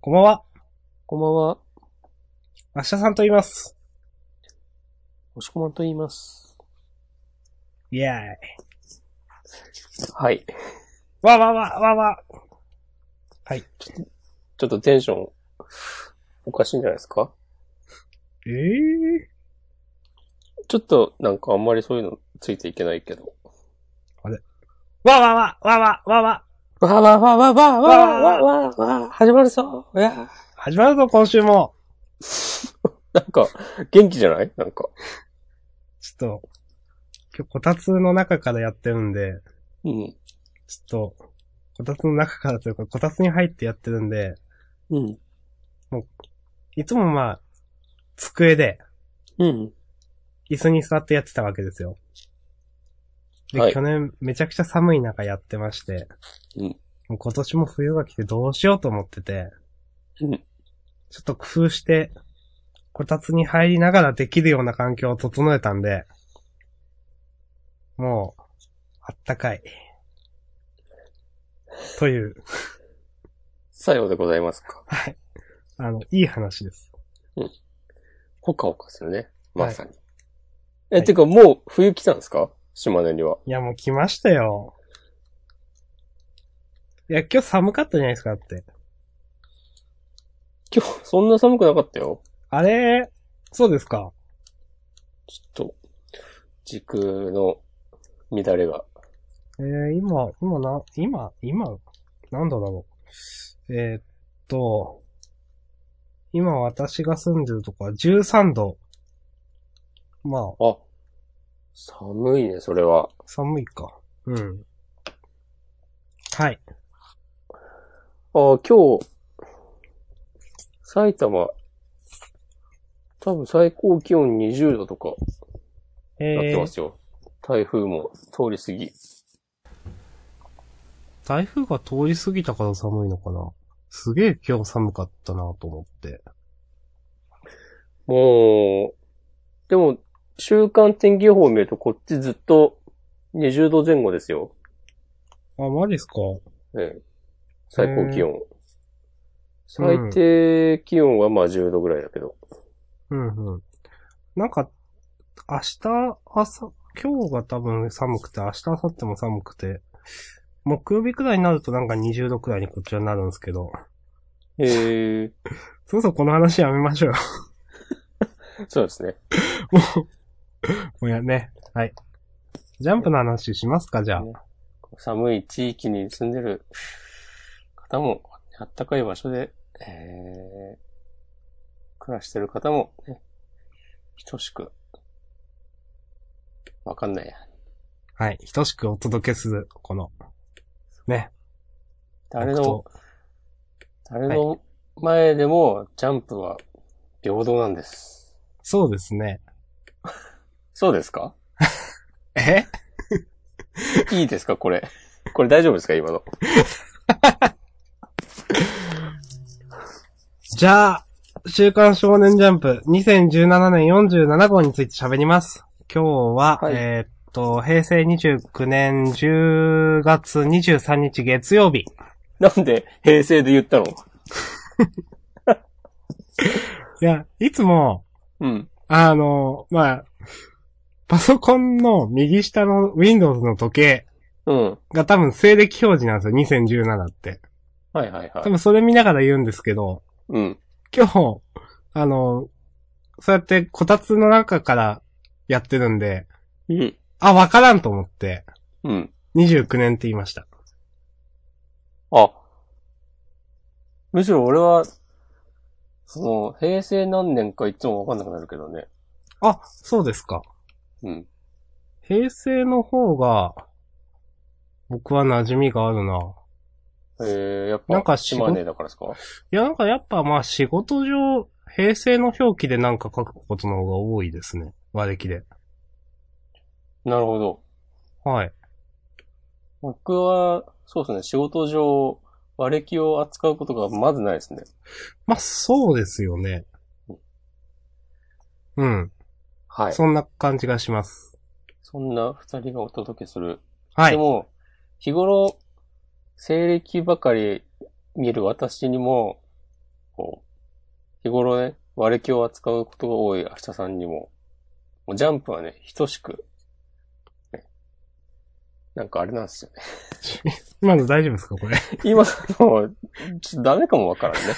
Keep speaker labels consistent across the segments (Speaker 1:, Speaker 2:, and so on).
Speaker 1: こんばんは。
Speaker 2: こんばんは、
Speaker 1: 明日さんと言います。
Speaker 2: 押し込まんと言います。
Speaker 1: イェーイ。
Speaker 2: はい。
Speaker 1: わわわわわ。
Speaker 2: ちょっとテンション、おかしいんじゃないですか
Speaker 1: ええ
Speaker 2: ちょっと、なんかあんまりそういうのついていけないけど。
Speaker 1: わわわわわわわ。
Speaker 2: わわわわわわ
Speaker 1: わわ
Speaker 2: わわわ始まるぞいや
Speaker 1: 始まるぞ、今週も。
Speaker 2: なんか、元気じゃないなんか。
Speaker 1: ちょっと、今日こたつの中からやってるんで、
Speaker 2: うん。
Speaker 1: ちょっと、こたつの中からというか、こたつに入ってやってるんで、
Speaker 2: うん。
Speaker 1: いつもまあ、机で、
Speaker 2: うん。
Speaker 1: 椅子に座ってやってたわけですよ。で、
Speaker 2: はい
Speaker 1: 去年めちゃくちゃ寒い中やってまして、
Speaker 2: うん
Speaker 1: もう今年も冬が来てどうしようと思ってて、
Speaker 2: うん
Speaker 1: ちょっと工夫して、こたつに入りながらできるような環境を整えたんで、もう、あったかい。という、
Speaker 2: さようでございますか。
Speaker 1: はい。あの、いい話です。
Speaker 2: ほかほかするね。まさに。
Speaker 1: は
Speaker 2: え、
Speaker 1: い
Speaker 2: てかもう冬来たんですか島根には。
Speaker 1: いや、もう来ましたよ。いや、今日寒かったじゃないですか、だって。
Speaker 2: 今日、そんな寒くなかったよ。
Speaker 1: あれそうですか。
Speaker 2: ちょっと、時空の乱れが。
Speaker 1: えー、今、今な、今、今、何度だろう。えー、っと、今私が住んでるとこは13度。まあ、
Speaker 2: あ、寒いね、それは。
Speaker 1: 寒いか。うん。はい。
Speaker 2: ああ、今日、埼玉、多分最高気温20度とかなって
Speaker 1: え
Speaker 2: ま
Speaker 1: ー、
Speaker 2: すよ。台風も通り過ぎ。
Speaker 1: 台風が通り過ぎたから寒いのかな。すげえ今日寒かったなと思って。
Speaker 2: もう、でも、週間天気予報を見るとこっちずっと20度前後ですよ。
Speaker 1: あ、マジっすか
Speaker 2: ね、最高気温。
Speaker 1: う
Speaker 2: 最
Speaker 1: ん
Speaker 2: 低気温はまあ10度ぐらいだけど。
Speaker 1: うんうん。なんか、明日、朝、今日が多分寒くて、明日、明後日も寒くて、木曜日くらいになるとなんか20度くらいにこっちはなるんですけど、
Speaker 2: へえ、
Speaker 1: そろそろこの話やめましょうよ。
Speaker 2: そうですね。
Speaker 1: もうやね。はい。ジャンプの話しますか、じゃあ。
Speaker 2: 寒い地域に住んでる方も、あったかい場所で、えー、暮らしてる方も、ね、等しく、わかんないや。
Speaker 1: はい。等しくお届けする、この、ね。
Speaker 2: 誰
Speaker 1: 僕
Speaker 2: の
Speaker 1: と、
Speaker 2: 誰の前でも、ジャンプは平等なんです。
Speaker 1: そうですね。
Speaker 2: そうですか
Speaker 1: え
Speaker 2: いいですかこれ。これ大丈夫ですか今の。
Speaker 1: じゃあ、週刊少年ジャンプ2017年47号について喋ります。今日は、
Speaker 2: はい
Speaker 1: えーっと、平成29年10月23日月曜日。
Speaker 2: なんで、平成で言ったの
Speaker 1: いや、いつも、
Speaker 2: うん。
Speaker 1: あの、まあ、パソコンの右下の Windows の時計
Speaker 2: うん。
Speaker 1: が多分西暦表示なんですよ、2017って。
Speaker 2: はいはいは
Speaker 1: 多
Speaker 2: い。
Speaker 1: 分それ見ながら言うんですけど、
Speaker 2: うん。
Speaker 1: 今日、あの、そうやってこたつの中からやってるんで、
Speaker 2: うん。
Speaker 1: あ、わからんと思って、
Speaker 2: うん。
Speaker 1: 29年って言いました。
Speaker 2: あ、むしろ俺は、その、平成何年かいつもわかんなくなるけどね。
Speaker 1: あ、そうですか。
Speaker 2: うん。
Speaker 1: 平成の方が、僕は馴染みがあるな。
Speaker 2: えー、やっ
Speaker 1: なんか
Speaker 2: ぱ、
Speaker 1: 仕事
Speaker 2: 島根だからですか
Speaker 1: いや、なんかやっぱまあ仕事上、平成の表記でなんか書くことの方が多いですね。和暦で。
Speaker 2: なるほど。
Speaker 1: はい。
Speaker 2: 僕は、そうですね、仕事上、和暦を扱うことがまずないですね。
Speaker 1: まあそうですよね。うん。
Speaker 2: はい。そ
Speaker 1: そんな感じがします。
Speaker 2: んな二人がお届けする。
Speaker 1: は
Speaker 2: で
Speaker 1: い。
Speaker 2: も、日頃、西暦ばかり見る私にも、こう、日頃ね、割れ気を扱うことが多い明日さんにも、もうジャンプはね、等しく、ね、なんかあれなんですよ ね。
Speaker 1: 今の大丈夫ですかこれ。
Speaker 2: 今の、ちょっとダメかもわからんね。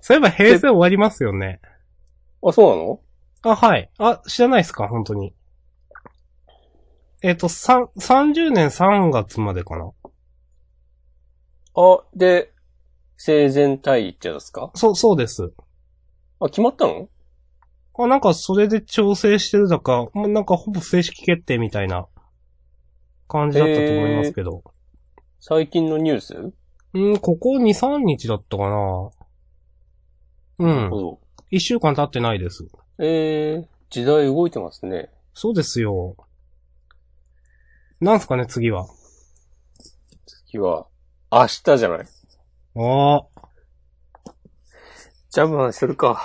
Speaker 1: そういえば平成終わりますよね。
Speaker 2: あ、そうなの
Speaker 1: あ、はい。あ、知らないですか本当に。えっ、と、三、30年3月までかな。
Speaker 2: あ、で、生前退位ってやつですか
Speaker 1: そう、そうです。
Speaker 2: あ、決まったの
Speaker 1: あ、なんかそれで調整してるだか、もうなんかほぼ正式決定みたいな感じだったと思いますけど。
Speaker 2: 最近のニュース
Speaker 1: うん、ここ2、3日だったかな。う
Speaker 2: なるほ
Speaker 1: ん。
Speaker 2: ど。
Speaker 1: 1週間経ってないです。
Speaker 2: えー、時代動いてますね。
Speaker 1: そうですよ。なんすかね、次は。
Speaker 2: 次は、明日じゃない。
Speaker 1: ああ。
Speaker 2: ジャブマンするか。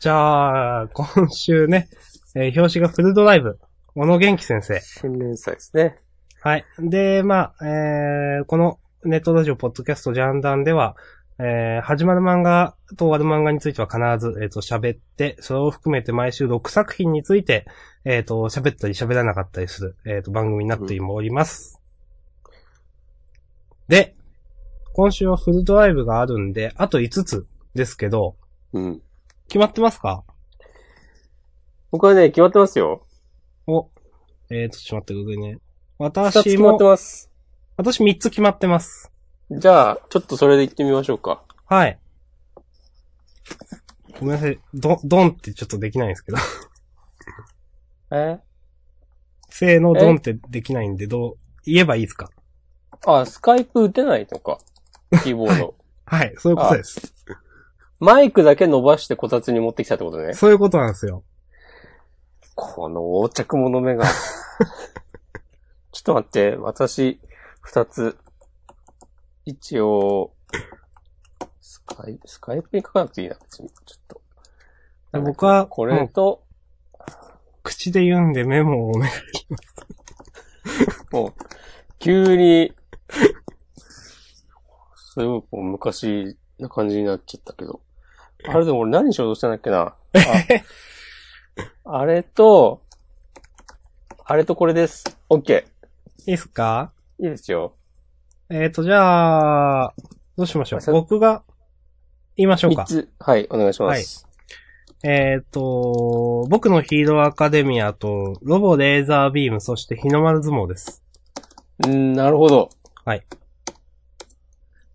Speaker 1: じゃあ、今週ね、えー表紙がフルドライブ。小野元気先生。
Speaker 2: 新連載ですね。
Speaker 1: はい。で、まあ、えー、このネットラジオポッドキャストジャンダンでは、えー、始まる漫画と終わる漫画については必ず、えっ、と、喋って、それを含めて毎週6作品について、えっ、と、喋ったり喋らなかったりする、えっ、と、番組になっております。で、今週はフルドライブがあるんで、あと5つですけど、
Speaker 2: うん。
Speaker 1: 決まってますか
Speaker 2: 僕はね、決まってますよ。
Speaker 1: お、えっ、と、ちょっと待ってくださいね。
Speaker 2: 二つ
Speaker 1: 私
Speaker 2: 決ま
Speaker 1: も
Speaker 2: って、ます。
Speaker 1: 私3つ決まってます。
Speaker 2: じゃあ、ちょっとそれで行ってみましょうか。
Speaker 1: はい。ごめんなさい。ど、ドンってちょっとできないんですけど。
Speaker 2: え
Speaker 1: せーの、ドンってできないんで、どう、言えばいいですか
Speaker 2: あ、スカイプ打てないの か。キーボード。
Speaker 1: はい、そういうことです。
Speaker 2: マイクだけ伸ばしてこたつに持ってきたってことね。
Speaker 1: そういうことなんですよ。
Speaker 2: この横着物目が。 ちょっと待って、私、二つ。一応、スカイプ、スカイプに書かなくていいな、別に。ちょっと。
Speaker 1: で僕は
Speaker 2: これと、
Speaker 1: 口で言うんでメモをね。
Speaker 2: もう、急に、すごいこう昔な感じになっちゃったけど。あれでも俺何しようとしたんだっけな。ああれと、あれとこれです。OK。
Speaker 1: いいっすか
Speaker 2: いいですよ。
Speaker 1: えっ、と、じゃあ、どうしましょう
Speaker 2: あ。そう
Speaker 1: 僕が、言いましょう
Speaker 2: 三
Speaker 1: か。
Speaker 2: つ。はい、お願いします。
Speaker 1: えっ、と、僕のヒーローアカデミアと、ロボレーザービーム、そして日の丸相撲です。
Speaker 2: うん、なるほど。
Speaker 1: はい。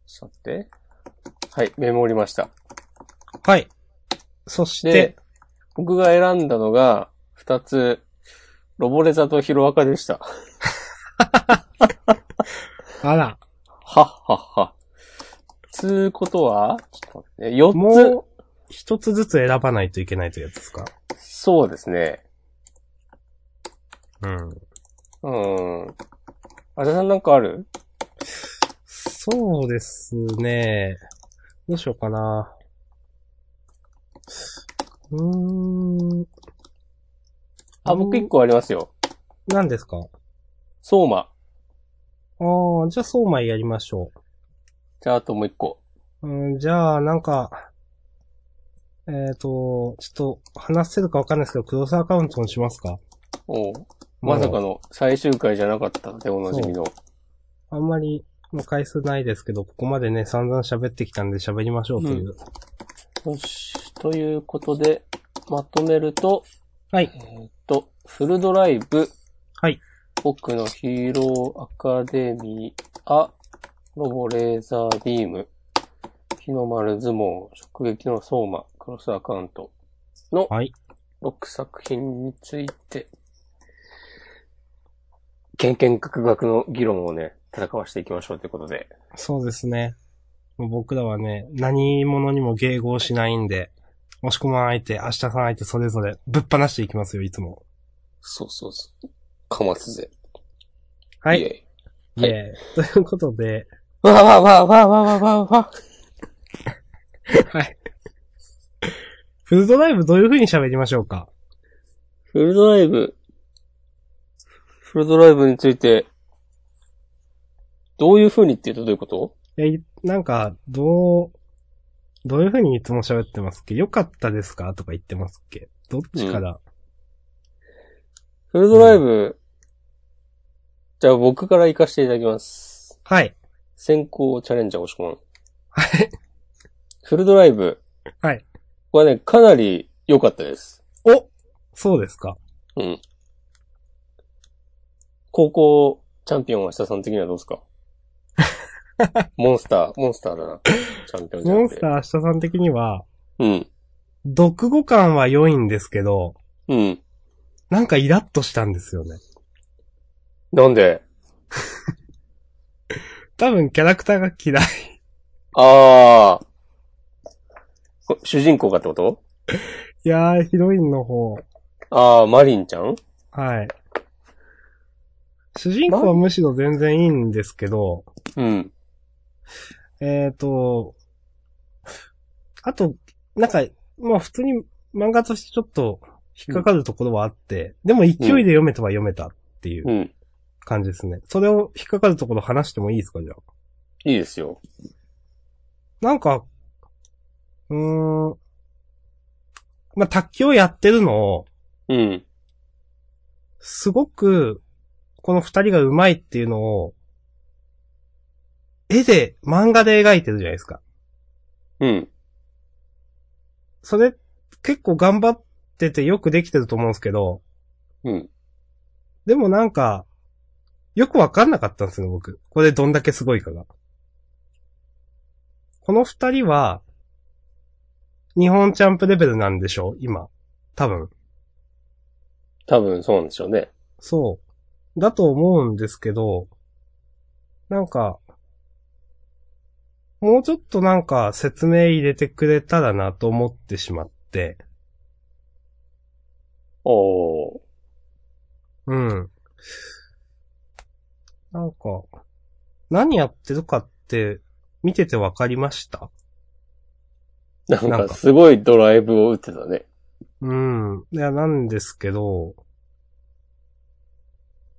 Speaker 2: ちょっと待って。はい、メモりました。
Speaker 1: はい。そして
Speaker 2: で、、僕が選んだのが、二つ、ロボレザとヒロアカでした。
Speaker 1: あら、
Speaker 2: はっはっは。つうことは、ちょっと待って、四
Speaker 1: もう、一つずつ選ばないといけないというやつですか
Speaker 2: つ。そうですね。
Speaker 1: うん。
Speaker 2: うん。あじゃさんなんかある
Speaker 1: そうですね。どうしようかな。うーん。
Speaker 2: あ、僕一個ありますよ。
Speaker 1: 何ですかあ
Speaker 2: 相馬。
Speaker 1: あ、じゃあ、相馬やりましょ
Speaker 2: じゃあ、あともう一個。
Speaker 1: う。うん、じゃあ、なんか、えっ、と、ちょっと、話せるかわかんないですけど、クロスアカウントにしますか
Speaker 2: おうまさかの最終回じゃなかったでおなじみの。
Speaker 1: あんまり、もう回数ないですけど、ここまでね、散々喋ってきたんで喋りましょうという。
Speaker 2: よし。ということで、まとめると、
Speaker 1: はい
Speaker 2: え。ーっと、フルドライブ。
Speaker 1: はい。
Speaker 2: 僕のヒーローアカデミア、ロボレーザービーム、日の丸相撲、直撃の相馬、クロスアカウントの
Speaker 1: はい
Speaker 2: 6作品について、けんけんかくがくの議論をね、戦わしていきましょうということで。
Speaker 1: そうですね。もう僕らはね、何者にも迎合しないんで、押し込まん相手、明日さん相手、それぞれぶっ放していきますよ、いつも。
Speaker 2: そうそうそう。かますぜ。
Speaker 1: はい。
Speaker 2: イ
Speaker 1: イ
Speaker 2: エイ。
Speaker 1: ェーイということで、
Speaker 2: わわわわわわわわ。
Speaker 1: はい。フルドライブどういう風に喋りましょうか
Speaker 2: フルドライブ。フルドライブについて、どういう風にって言うとどういうこと
Speaker 1: え、なんか、どう、どういう風にいつも喋ってますっけ良かったですかとか言ってますっけどっちから、
Speaker 2: フルドライブ、じゃあ僕から行かせていただきます。
Speaker 1: はい。
Speaker 2: 先行チャレンジャー押し込まん。
Speaker 1: はい。
Speaker 2: フルドライブ。
Speaker 1: はい。
Speaker 2: はね、かなり良かったです。
Speaker 1: おそうですか
Speaker 2: うん。高校チャンピオンは下さん的にはどうで すかモンスター、モンスターだな。チャンピオンじゃ
Speaker 1: モ
Speaker 2: な
Speaker 1: ン
Speaker 2: く
Speaker 1: ス
Speaker 2: て
Speaker 1: ター明日さん的には、
Speaker 2: うん。
Speaker 1: 読語感は良いんですけど、
Speaker 2: うん。
Speaker 1: なんかイラッとしたんですよね。
Speaker 2: なんで
Speaker 1: 多分キャラクターが嫌い。
Speaker 2: ああ。こ主人公がってこと
Speaker 1: いやー、ヒロインの方。
Speaker 2: ああ、マリンちゃん
Speaker 1: はい。主人公はむしろ全然いいんですけど、
Speaker 2: うん。
Speaker 1: えっ、と、あと、なんか、まあ普通に漫画としてちょっと引っかかるところはあって、でも勢いで読めたは読めたっていう
Speaker 2: うん。
Speaker 1: 感じですね。それを引っかかるところ話してもいいですか、じゃあ。
Speaker 2: いいですよ。
Speaker 1: なんか、うーん、まあ卓球をやってるのを、
Speaker 2: うん。
Speaker 1: すごく、この二人が上手いっていうのを、絵で、漫画で描いてるじゃないですか。
Speaker 2: うん。
Speaker 1: それ、結構頑張っててよくできてると思うんですけど、
Speaker 2: うん。
Speaker 1: でもなんか、よくわかんなかったんですよ、僕。これどんだけすごいかが。この二人は、日本チャンプレベルなんでしょ今。多分。
Speaker 2: 多分そうなんでしょうね。
Speaker 1: そう。だと思うんですけど、なんか、もうちょっとなんか説明入れてくれたらなと思ってしまって、
Speaker 2: おー。
Speaker 1: うん。なんか、何やってるかって見ててわかりました
Speaker 2: なん
Speaker 1: なん
Speaker 2: か
Speaker 1: か
Speaker 2: すごいドライブを打ってたね。
Speaker 1: うん。いや、なんですけど、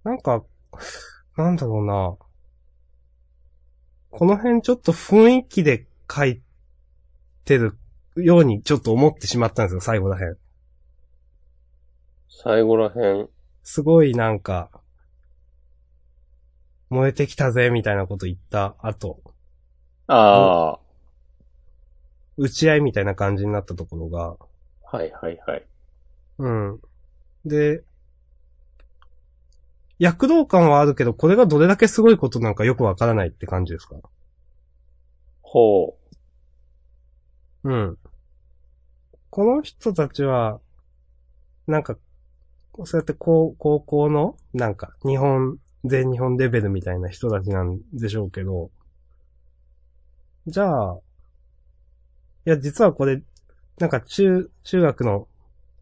Speaker 1: なんか、なんだろうな。この辺ちょっと雰囲気で書いてるようにちょっと思ってしまったんですよ、最後ら辺。
Speaker 2: 最後らへん。
Speaker 1: すごいなんか、燃えてきたぜ、みたいなこと言った後、
Speaker 2: あ
Speaker 1: 打ち合いみたいな感じになったところが、
Speaker 2: あ。はいはいはい。
Speaker 1: うん。で、躍動感はあるけど、これがどれだけすごいことなんかよくわからないって感じですか
Speaker 2: ほ
Speaker 1: うん。この人たちは、なんか、そうやって高高校の、なんか、日本、全日本レベルみたいな人たちなんでしょうけど、じゃあ、いや、実はこれ、なんか中、中学の、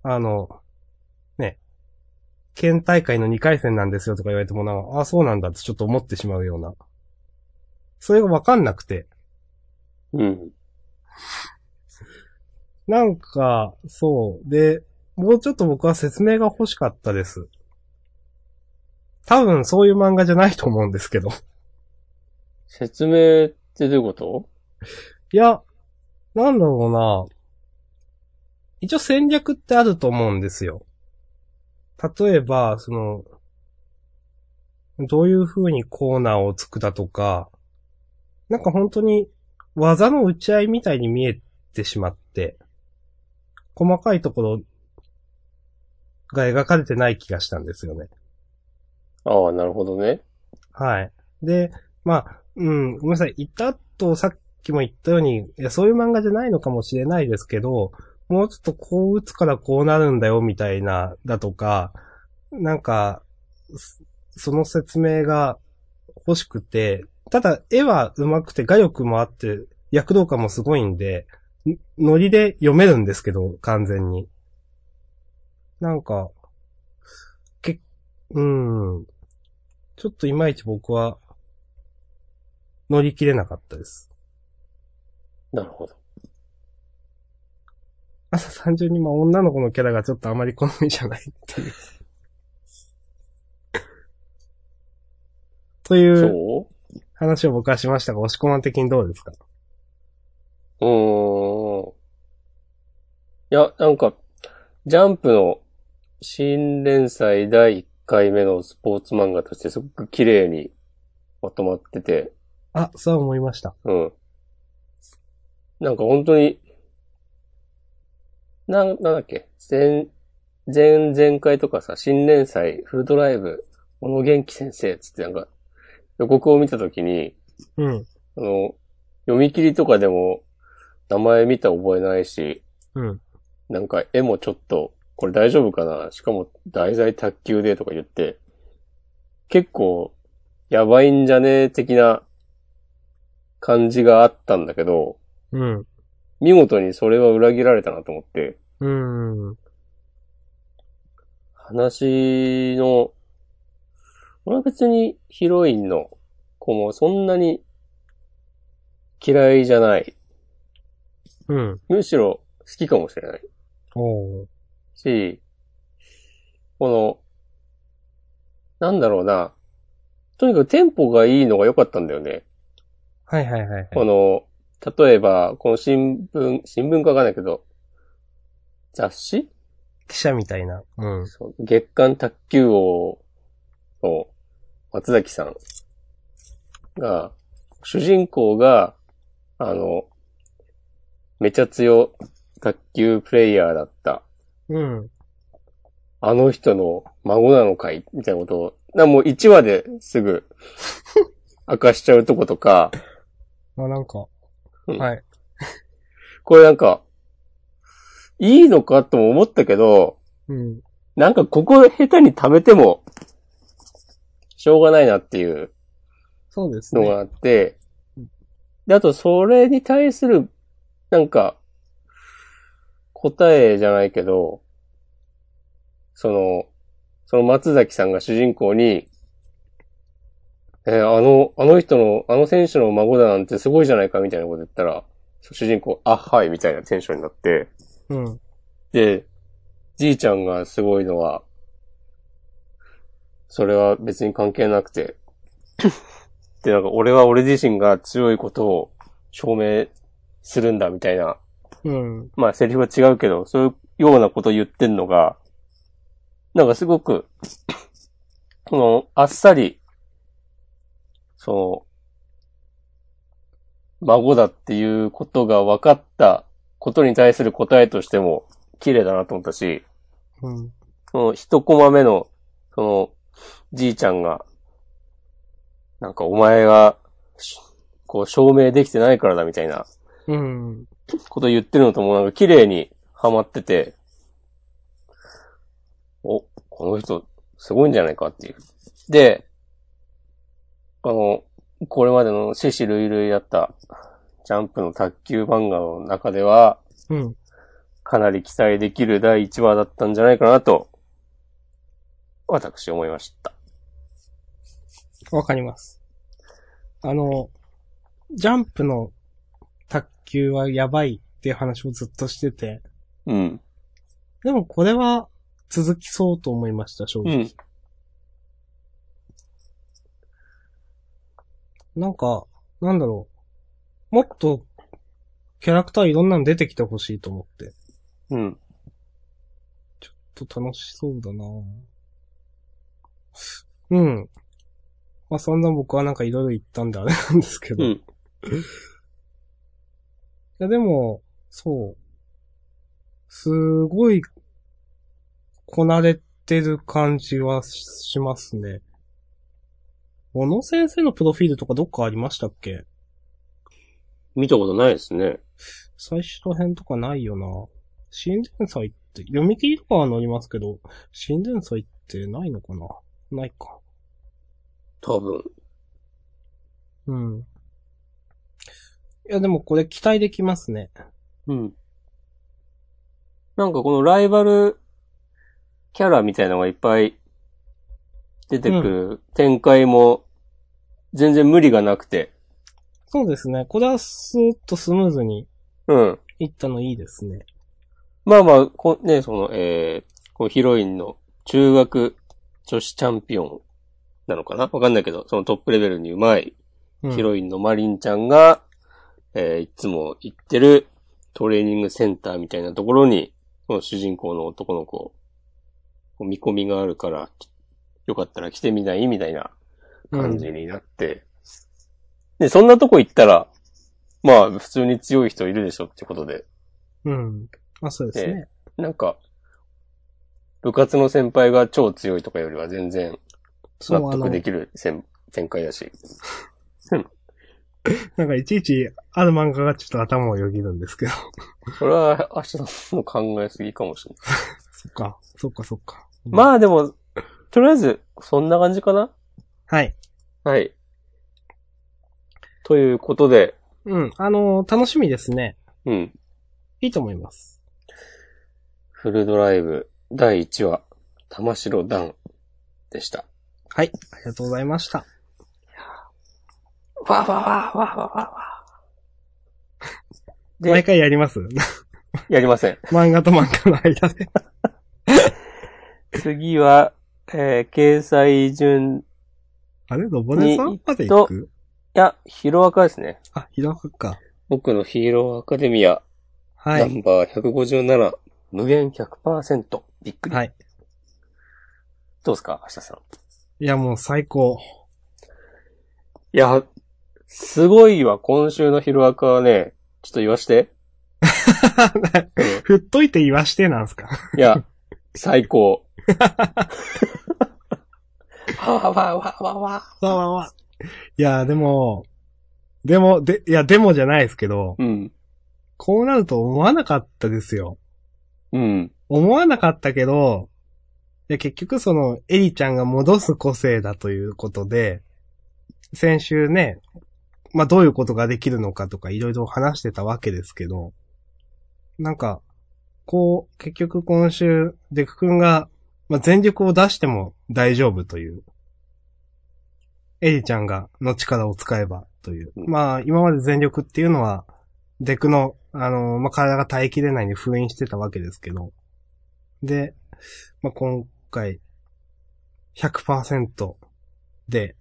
Speaker 1: あの、ね、県大会の2回戦なんですよとか言われてもなんか、あ、そうなんだってちょっと思ってしまうような。それがわかんなくて。
Speaker 2: う。うん。
Speaker 1: なんか、そう。で、もうちょっと僕は説明が欲しかったです。多分そういう漫画じゃないと思うんですけど。
Speaker 2: 説明ってどういうこと
Speaker 1: いや、なんだろうな。一応戦略ってあると思うんですよ。例えば、その、どういう風にコーナーをつくだとか、なんか本当に技の打ち合いみたいに見えてしまって、細かいところが描かれてない気がしたんですよね。
Speaker 2: ああ、なるほどね。
Speaker 1: はい。で、まあ、うん、ごめんなさい。言った後、さっきも言ったように、いや、そういう漫画じゃないのかもしれないですけど、もうちょっとこう打つからこうなるんだよ、みたいな、だとか、なんか、そその説明が欲しくて、ただ、絵は上手くて画力もあって、躍動感もすごいんで、んノリで読めるんですけど、完全に。なんか、け、うん、ちょっといまいち僕は、乗り切れなかったです。
Speaker 2: なるほど。
Speaker 1: 朝単純にまあ女の子のキャラがちょっとあまり好みじゃないって いう。という、
Speaker 2: そ
Speaker 1: 話を僕はしましたが、押し込まん的にどうですか
Speaker 2: うーん。いや、なんか、ジャンプの新連載第1回目のスポーツ漫画としてすごく綺麗にまとまってて、
Speaker 1: あ、そう思いました。
Speaker 2: うん。なんか本当に、なん、なんだっけ、前、前々回とかさ、新連載、フルドライブ、小野元気先生つってなんか、予告を見たときに、
Speaker 1: うん。
Speaker 2: あの、読み切りとかでも、名前見た覚えないし、
Speaker 1: うん。
Speaker 2: なんか絵もちょっと、これ大丈夫かなしかも題材卓球でとか言って、結構、やばいんじゃねえ的な感じがあったんだけど、
Speaker 1: うん。
Speaker 2: 見事にそれは裏切られたなと思って、
Speaker 1: うん。
Speaker 2: 話の、俺は別にヒロインの子もそんなに嫌いじゃない。
Speaker 1: うん。
Speaker 2: むしろ好きかもしれない。
Speaker 1: おー。
Speaker 2: し、この、なんだろうな。とにかくテンポがいいのが良かったんだよね。
Speaker 1: はいはいはいはい。
Speaker 2: この、例えば、この新聞、新聞かわかんないけど、雑誌
Speaker 1: 記者みたいな。うん。
Speaker 2: そう月刊卓球王の松崎さんが、主人公が、あの、めちゃ強卓球プレイヤーだった
Speaker 1: うん。
Speaker 2: あの人の孫なのかいみたいなことを、なもう1話ですぐ明かしちゃうとことか、
Speaker 1: あ、なんか。
Speaker 2: うん
Speaker 1: はい。
Speaker 2: これなんか、いいのかとも思ったけど、
Speaker 1: うん。
Speaker 2: なんかここ下手に貯めても、しょうがないなっていう
Speaker 1: そうです
Speaker 2: の
Speaker 1: ね。
Speaker 2: があって、で、あとそれに対する、なんか、答えじゃないけど、その、その松崎さんが主人公に、えーあの、あの人の、あの選手の孫だなんてすごいじゃないかみたいなこと言ったら、主人公、あ、はい、みたいなテンションになって、
Speaker 1: うん。
Speaker 2: で、じいちゃんがすごいのは、それは別に関係なくて、で、なんか俺は俺自身が強いことを証明するんだみたいな、
Speaker 1: うん。
Speaker 2: まあセリフは違うけど、そういうようなことを言ってんのが、なんかすごく、この、あっさり、その、孫だっていうことが分かったことに対する答えとしても、綺麗だなと思ったし、
Speaker 1: うん。
Speaker 2: その一コマ目の、その、じいちゃんが、なんかお前が、しこう証明できてないからだみたいな
Speaker 1: うん。
Speaker 2: こと言ってるのともなんか綺麗にハマってて、お、この人すごいんじゃないかっていう。で、あの、これまでのシシルイルイだったジャンプの卓球漫画の中では、
Speaker 1: うん。
Speaker 2: かなり期待できる第1話だったんじゃないかなと、私思いました。
Speaker 1: わかります。あの、ジャンプの卓球はやばいっていう話をずっとしてて、
Speaker 2: うん。
Speaker 1: でもこれは続きそうと思いました、正
Speaker 2: う
Speaker 1: 直。
Speaker 2: ん。
Speaker 1: なんか、なんだろう。もっと、キャラクターいろんなの出てきてほしいと思って。
Speaker 2: うん。
Speaker 1: ちょっと楽しそうだなぁうん。まあ、そんな僕はなんかいろいろ言ったんであれなんですけど。
Speaker 2: う
Speaker 1: い
Speaker 2: ん。
Speaker 1: や、でも、そう。すごい、こなれてる感じはしますね。小野先生のプロフィールとかどっかありましたっけ
Speaker 2: 見たことないですね。
Speaker 1: 最初編とかないよな。新伝祭って、読み切りとかは載りますけど、新伝祭ってないのかなないか。
Speaker 2: 多分。
Speaker 1: うん。いや、でもこれ期待できますね。
Speaker 2: うん。なんかこのライバルキャラみたいなのがいっぱい出てくる展開も全然無理がなくて。
Speaker 1: そうですね。これはスーッとスムーズに
Speaker 2: うん。
Speaker 1: いったのいいですね。
Speaker 2: まあまあ、こね、その、えー、こうヒロインの中学女子チャンピオンなのかなわかんないけど、そのトップレベルにうまい
Speaker 1: うん
Speaker 2: ヒロインのマリンちゃんが、えーいつも行ってるトレーニングセンターみたいなところに、この主人公の男の子、見込みがあるから、よかったら来てみないみたいな感じになって、で、そんなとこ行ったら、まあ、普通に強い人いるでしょってことで、
Speaker 1: うん。まあ、そうですね。
Speaker 2: なんか、部活の先輩が超強いとかよりは全然
Speaker 1: そう、
Speaker 2: 納
Speaker 1: あの
Speaker 2: 得、できる先展開だし。
Speaker 1: なんかいちいち、ある漫画がちょっと頭をよぎるんですけど。
Speaker 2: それは、明日さんの考えすぎかもしれない。
Speaker 1: そっか、そっかそっか。うん
Speaker 2: まあでも、とりあえず、そんな感じかな
Speaker 1: はい。
Speaker 2: はい。ということで、
Speaker 1: うん。あのー楽しみですね。
Speaker 2: うん。
Speaker 1: いいと思います。
Speaker 2: フルドライブ第1話、玉城弾でした。
Speaker 1: はい。ありがとうございました。
Speaker 2: わわわわわわわ。で
Speaker 1: 毎回やります
Speaker 2: やりません。
Speaker 1: 漫画と漫画の間で。
Speaker 2: 次は、えー、掲載順、い
Speaker 1: あれロボネさん
Speaker 2: に
Speaker 1: まで行く
Speaker 2: や、ヒロアカですね。
Speaker 1: あ、ひろくか。
Speaker 2: 僕のヒーローアカデミア、
Speaker 1: は
Speaker 2: ナ
Speaker 1: い。
Speaker 2: ンバー157、無限100%、びっくり。
Speaker 1: はい。
Speaker 2: どうですか、明日さん。
Speaker 1: いや、もう最高。
Speaker 2: いや、すごいわ、今週のヒロアカはね、ちょっと言わして。
Speaker 1: 振っといて言わしてなんすか。
Speaker 2: い や、最高。わわわわわわ。
Speaker 1: わわわ。いや、でも、でも、で、いや、でもじゃないですけど、
Speaker 2: うん。
Speaker 1: こうなると思わなかったですよ。
Speaker 2: うん。
Speaker 1: 思わなかったけど、いや結局その、エリちゃんが戻す個性だということで、先週ね、まあどういうことができるのかとかいろいろ話してたわけですけど、なんか、こう、結局今週、デク君が、まあ全力を出しても大丈夫という、エリちゃんがの力を使えばという。
Speaker 2: うん
Speaker 1: まあ今まで全力っていうのは、デクの、あの、まあ体が耐えきれないに封印してたわけですけど、で、まあ、今回、100%で、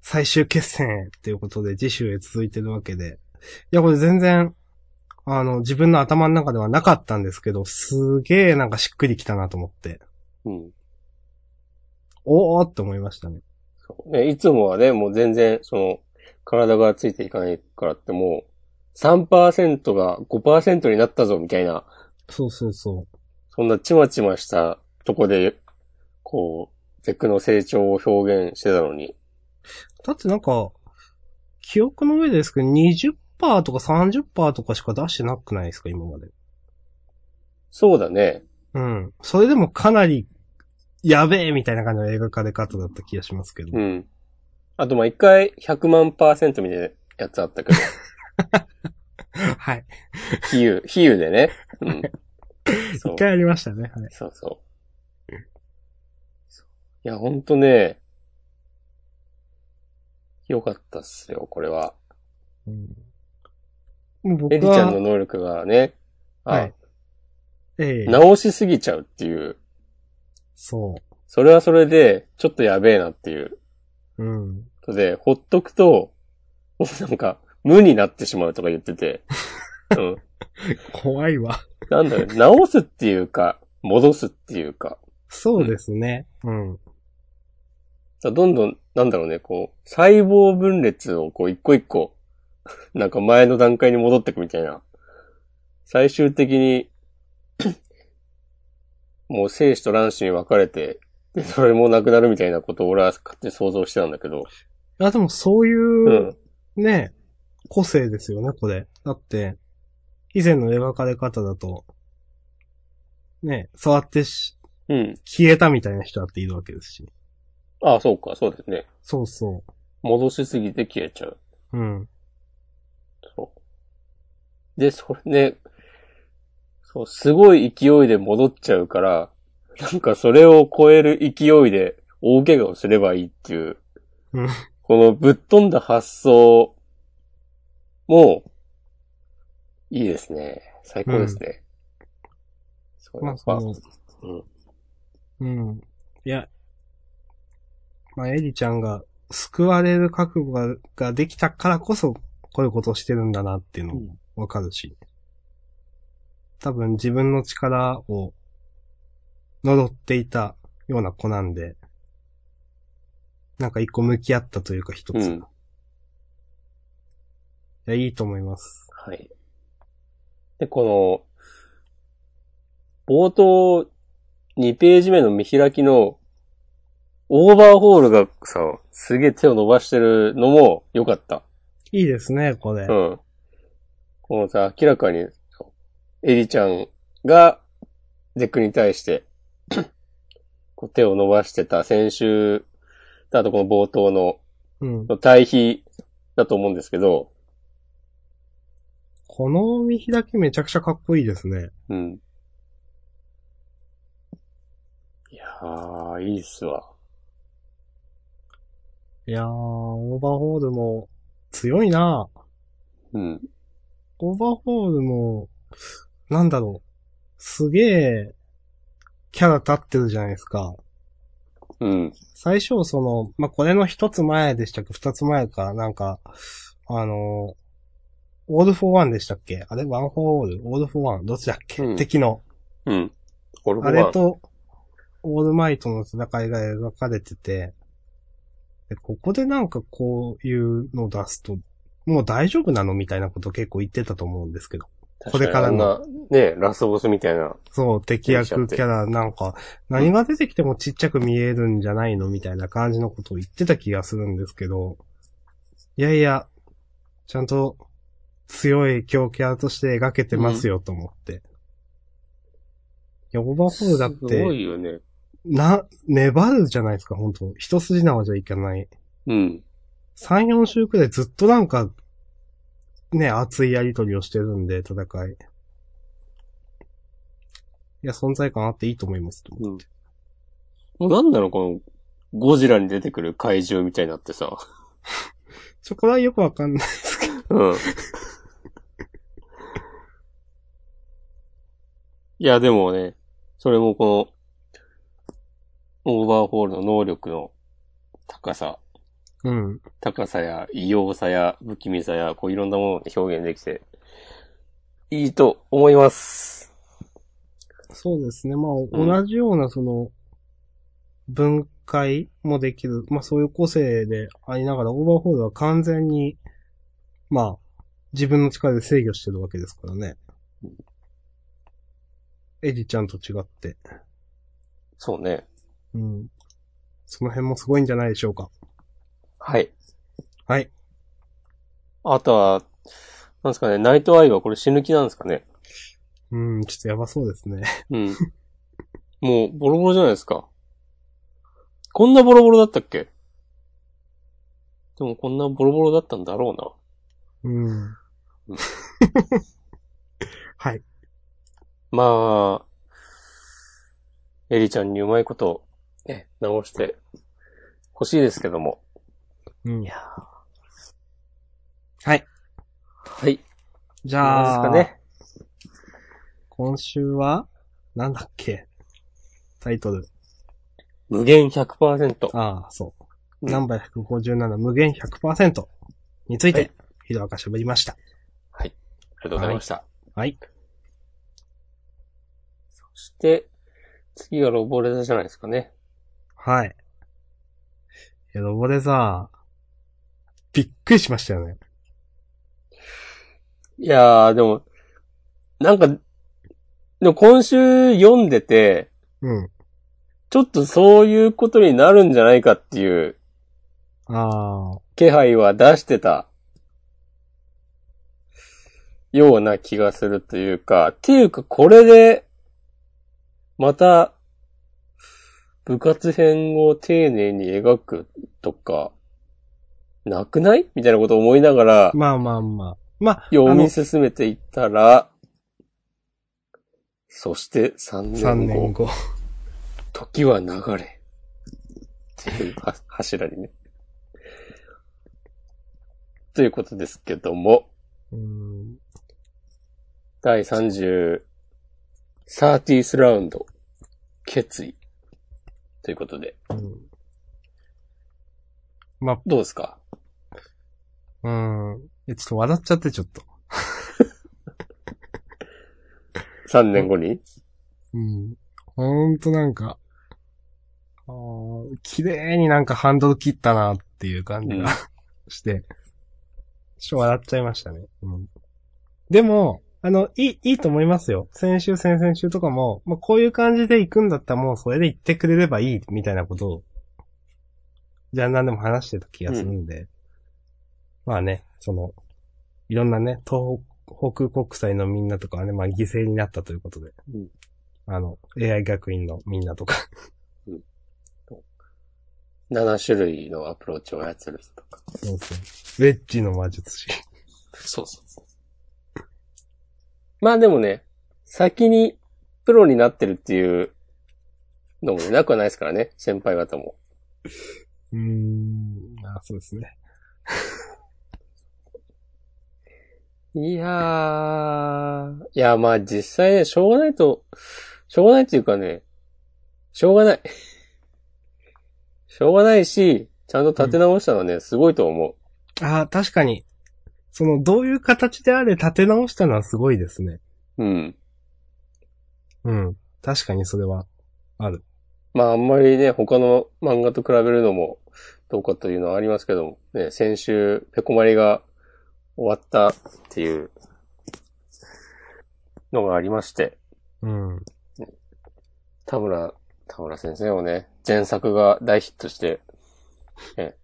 Speaker 1: 最終決戦へっていうことで、次週へ続いてるわけで。いや、これ全然、あの、自分の頭の中ではなかったんですけど、すげえなんかしっくりきたなと思って、
Speaker 2: うん。
Speaker 1: おーって思いましたね。
Speaker 2: そうね、いつもはね、もう全然、その、体がついていかないからってもう、3%が5%になったぞ、みたいな、
Speaker 1: そうそうそう。
Speaker 2: そんなちまちましたとこで、こう、ゼックの成長を表現してたのに、
Speaker 1: だってなんか、記憶の上ですけど、20%とか30%とかしか出してなくないですか、今まで。
Speaker 2: そうだね。
Speaker 1: うん。それでもかなり、やべえみたいな感じの映画化で方だった気がしますけど。
Speaker 2: うん。あと、まあ、一回、100万パーセントみたいなやつあったけ ど、
Speaker 1: はい。
Speaker 2: 比喩、比喩でね。 うん。そう
Speaker 1: 一回ありましたね。はい。
Speaker 2: そうそう。いや、ほんとね、よかったっすよ、これは。
Speaker 1: もう僕は、
Speaker 2: エリちゃんの能力がね、あ
Speaker 1: はいええ
Speaker 2: 直しすぎちゃうっていう、
Speaker 1: そ
Speaker 2: それはそれで、ちょっとやべえなっていう。
Speaker 1: う。うん。
Speaker 2: ことで、ほっとくと、もうなんか、無になってしまうとか言って て。うん。
Speaker 1: 怖いわ。
Speaker 2: なんだろう、直すっていうか、戻すっていうか。
Speaker 1: そうですね。うん。
Speaker 2: どんどん、なんだろうね、こう、細胞分裂をこう一個一個、なんか前の段階に戻ってくみたいな。最終的に、 もう精子と卵子に分かれて、でそれもなくなるみたいなことを俺は勝手に想像してたんだけど。
Speaker 1: いや、でもそういうう、
Speaker 2: ん。
Speaker 1: ね、個性ですよね、これ。だって、以前の描かれ方だと、ね、触ってし、
Speaker 2: うん。
Speaker 1: 消えたみたいな人だっているわけですし。
Speaker 2: ああ、そうか、そうですね。
Speaker 1: そうそ
Speaker 2: 戻しすぎて消えちゃう。
Speaker 1: う。うん。
Speaker 2: そう。で、それね、そう、すごい勢いで戻っちゃうから、なんかそれを超える勢いで大怪我をすればいいっていう、
Speaker 1: うん
Speaker 2: このぶっ飛んだ発想も、いいですね。最高ですね。そう
Speaker 1: ま
Speaker 2: や
Speaker 1: あ、
Speaker 2: っ
Speaker 1: そ
Speaker 2: ぱ
Speaker 1: の、うん。いや、まあ、エリちゃんが救われる覚悟がができたからこそ、こういうことをしてるんだなっていうのもわかるし。多分自分の力を、呪っていたような子なんで、なんか一個向き合ったというか一つ。
Speaker 2: う
Speaker 1: い
Speaker 2: ん。
Speaker 1: や、いいと思います。
Speaker 2: はい。で、この、冒頭2ページ目の見開きの、オーバーホールがさ、すげえ手を伸ばしてるのも良かった。
Speaker 1: いいですね、これ。
Speaker 2: うん。このさ、明らかに、エリちゃんが、デックに対して、 こう手を伸ばしてた先週、あとこの冒頭の、
Speaker 1: うん。
Speaker 2: の対比だと思うんですけど、
Speaker 1: この見開きめちゃくちゃかっこいいですね。
Speaker 2: うん。いやー、いいっすわ。
Speaker 1: いやー、オーバーホールも強いな
Speaker 2: うん。
Speaker 1: オーバーホールも、なんだろう。すげえ、キャラ立ってるじゃないですか。
Speaker 2: うん。
Speaker 1: 最初、その、まあ、これの一つ前でしたっけ二つ前か、なんか、あの、オールフォーワンでしたっけあれワンフォーオールオールフォーワンどっちだっけ、
Speaker 2: うん
Speaker 1: 敵の。
Speaker 2: うん。俺
Speaker 1: あれと、オールマイトの戦いが描かれてて、でここでなんかこういうの出すと、もう大丈夫なのみたいなこと結構言ってたと思うんですけど。これからの
Speaker 2: な。ね、ラスボスみたいな。
Speaker 1: そう、敵役キャラなんか、何が出てきてもちっちゃく見えるんじゃないのみたいな感じのことを言ってた気がするんですけど、いやいや、ちゃんと強い強キャラとして描けてますよと思って。いや、オーバーホールだっ
Speaker 2: すご
Speaker 1: て、
Speaker 2: いよね。
Speaker 1: な、粘るじゃないですか、本当一筋縄じゃいかない。
Speaker 2: うん。
Speaker 1: 3、4週くらいずっとなんか、ね、熱いやりとりをしてるんで、戦い。いや、存在感あっていいと思います。
Speaker 2: うん。もうなんなのこの、ゴジラに出てくる怪獣みたいになってさ。
Speaker 1: そこはよくわかんないですけど。
Speaker 2: うん。 いや、でもね、それもこの、オーバーホールの能力の高さ、
Speaker 1: うん。
Speaker 2: 高さや異様さや不気味さや、こういろんなもので表現できて、いいと思います。
Speaker 1: そうですね。まあ、
Speaker 2: ん
Speaker 1: 同じような、その、分解もできる。まあ、そういう個性でありながら、オーバーホールは完全に、まあ、自分の力で制御してるわけですからね。エリちゃんと違って。
Speaker 2: そうね。
Speaker 1: うん。その辺もすごいんじゃないでしょうか。
Speaker 2: はい。
Speaker 1: はい。
Speaker 2: あとは、なんですかね、ナイトアイはこれ死ぬ気なんですかね。
Speaker 1: うん、ちょっとやばそうですね。
Speaker 2: うん。 もう、ボロボロじゃないですか。こんなボロボロだったっけでも、こんなボロボロだったんだろうな。
Speaker 1: うん。 はい。
Speaker 2: まあ、エリちゃんにうまいこと、ね、直して欲しいですけども。
Speaker 1: うん。
Speaker 2: や
Speaker 1: はい。
Speaker 2: はい。
Speaker 1: じ
Speaker 2: じ
Speaker 1: ゃあ、
Speaker 2: ですかね。
Speaker 1: 今週は、なんだっけタイトル。
Speaker 2: 無限100%。
Speaker 1: ああ、そう。
Speaker 2: うん
Speaker 1: ナンバー157無限100%につい
Speaker 2: は
Speaker 1: て
Speaker 2: い、
Speaker 1: ひどあかしゃべりました。
Speaker 2: ありがとうございました。
Speaker 1: はい。
Speaker 2: そして、次がロボレザじゃないですかね。
Speaker 1: はい。いや、ロボでさ、びっくりしましたよね。
Speaker 2: いやー、でも、なんか、でも今週読んでて、
Speaker 1: うん。
Speaker 2: ちょっとそういうことになるんじゃないかっていう
Speaker 1: ああ、
Speaker 2: 気配は出してたような気がするというか、っていうかこれで、また、部活編を丁寧に描くとか、なくないみたいなことを思いながら、
Speaker 1: まあまあまあ。まあ、
Speaker 2: 読
Speaker 1: あの
Speaker 2: み進めていったら、そして
Speaker 1: 3
Speaker 2: 3年後、
Speaker 1: 年後。
Speaker 2: 時は流れ。っていうは柱にね。 ということですけども、
Speaker 1: うん。
Speaker 2: 第30、30ラウンド、決意。ということで。
Speaker 1: うんま
Speaker 2: どうですか
Speaker 1: あ、うん。え、ちょっと笑っちゃって、ちょっと。
Speaker 2: ?3 年後に
Speaker 1: うん。ほんとなんか、あー綺麗になんかハンドル切ったなっていう感じが、
Speaker 2: うん
Speaker 1: して、ちょっと笑っちゃいましたね。うん。でも、あの、いい、いいと思いますよ。先週、先々週とかも、まあ、こういう感じで行くんだったらもうそれで行ってくれればいい、みたいなことを、ジャンダンでも話してた気がするんで、まあね、その、いろんなね、東北北国際のみんなとかはね、まあ犠牲になったということで、
Speaker 2: うん
Speaker 1: あの、AI 学院のみんなとか、
Speaker 2: 7種類のアプローチを操る人とか。
Speaker 1: そうそうウェッジの魔術師。
Speaker 2: そうそうそう。まあでもね、先にプロになってるっていうのもねなくはないですからね、先輩方も。
Speaker 1: うーん、あそうですね。
Speaker 2: いやー、いやまあ実際ね、しょうがないと、しょうがないっていうかね、しょうがない。しょうがないし、ちゃんと立て直したのはね、すごいと思う。
Speaker 1: ああ、確かに、その、どういう形であれ立て直したのはすごいですね。
Speaker 2: うん。
Speaker 1: うん。確かにそれは、ある。
Speaker 2: まああんまりね、他の漫画と比べるのもどうかというのはありますけども、ね、先週、ペコマリが終わったっていうのがありまして、
Speaker 1: うん。
Speaker 2: 田村、田村先生もね、前作が大ヒットして、ね、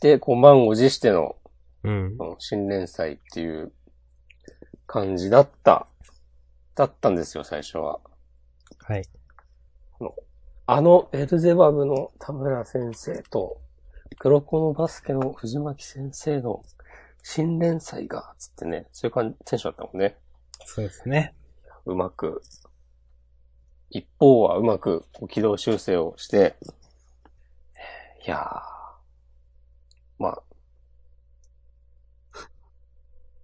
Speaker 2: で、こう満を持しての
Speaker 1: うん。
Speaker 2: この新連載っていう感じだった、だったんですよ、最初は。
Speaker 1: はい。
Speaker 2: あのベルゼバブの田村先生と、黒子のバスケの藤巻先生の新連載が、つってね、そういう感じ、テンションだったもんね。
Speaker 1: そうですね。
Speaker 2: うまく。一方はうまくこう軌道修正をして、いやー、まあ、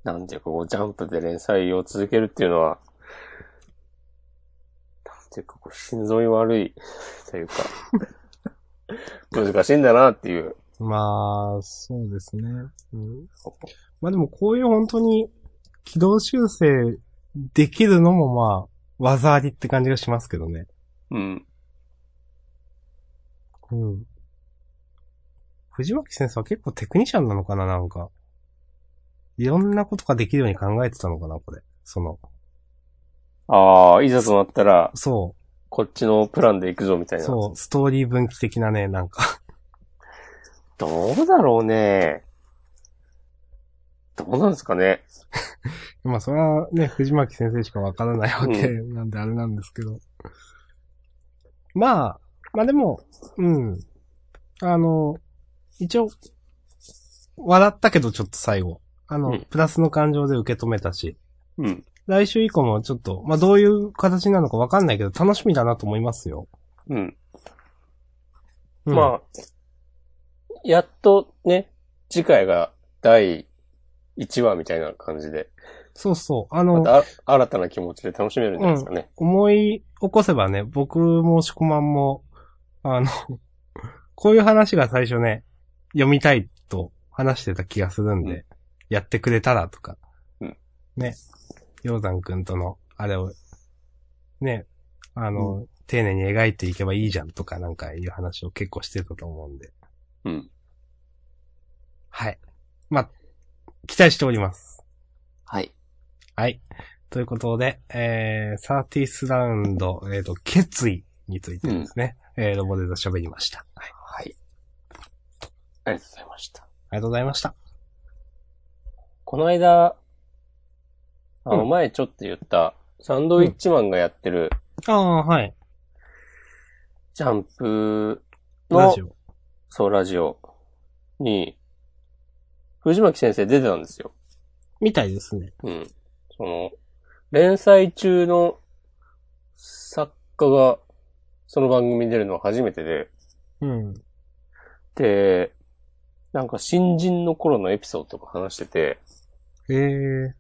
Speaker 2: なんていうかこうジャンプで連載を続けるっていうのは、なんていうかこう心臓に悪いというか、難しいんだなっていう。
Speaker 1: まあ、そうですね。うん。まあでもこういう本当に軌道修正できるのもまあ、技ありって感じがしますけどね。
Speaker 2: うん。
Speaker 1: うん。藤巻先生は結構テクニシャンなのかな、なんか。いろんなことができるように考えてたのかな、これ。その、
Speaker 2: ああ、いざとなったら、
Speaker 1: そ、
Speaker 2: こっちのプランで行くぞみたいうな。
Speaker 1: そう、ストーリー分岐的なね、なんか。
Speaker 2: どうだろうね。どうなんですかね。
Speaker 1: まあ、それはね、藤巻先生しかわからないわけなんであれなんですけど。まあ、まあでも、うん。あの、一応、笑ったけどちょっと最後。あの、
Speaker 2: うん
Speaker 1: プラスの感情で受け止めたし。
Speaker 2: うん。
Speaker 1: 来週以降もちょっと、まあ、どういう形なのかわかんないけど、楽しみだなと思いますよ。
Speaker 2: うん。
Speaker 1: うん、
Speaker 2: まあ、やっとね、次回が第1話みたいな感じで、
Speaker 1: そうそう。あ
Speaker 2: ま
Speaker 1: の、
Speaker 2: たあ新たな気持ちで楽しめるんじゃないですかね。
Speaker 1: 思い起こせばね、僕もしこまんも、あの、 こういう話が最初ね、読みたいと話してた気がするんで、
Speaker 2: うん
Speaker 1: やってくれたらとか、
Speaker 2: うん
Speaker 1: ね、洋山くんとの、あれを、ね、あの、丁寧に描いていけばいいじゃんとかなんかいう話を結構してたと思うんで、
Speaker 2: うん。
Speaker 1: はい。まあ、期待しております。
Speaker 2: はい。
Speaker 1: はい。ということで、えー、サーティスラウンド、えっ、と、決意についてですね、えーロボでと喋りました。はい。
Speaker 2: はい。ありがとうございました。
Speaker 1: ありがとうございました。
Speaker 2: この間、あの
Speaker 1: うん
Speaker 2: 前ちょっと言った、サンドウィッチマンがやってる
Speaker 1: ああ、はい。
Speaker 2: ジャンプ
Speaker 1: ラ
Speaker 2: の
Speaker 1: ジ、オ。
Speaker 2: そう、ラジオに、藤巻先生出てたんですよ。
Speaker 1: みたいですね。
Speaker 2: うん。その、連載中の作家が、その番組に出るのは初めてで、
Speaker 1: うん。
Speaker 2: で、なんか新人の頃のエピソードとか話してて、
Speaker 1: ええ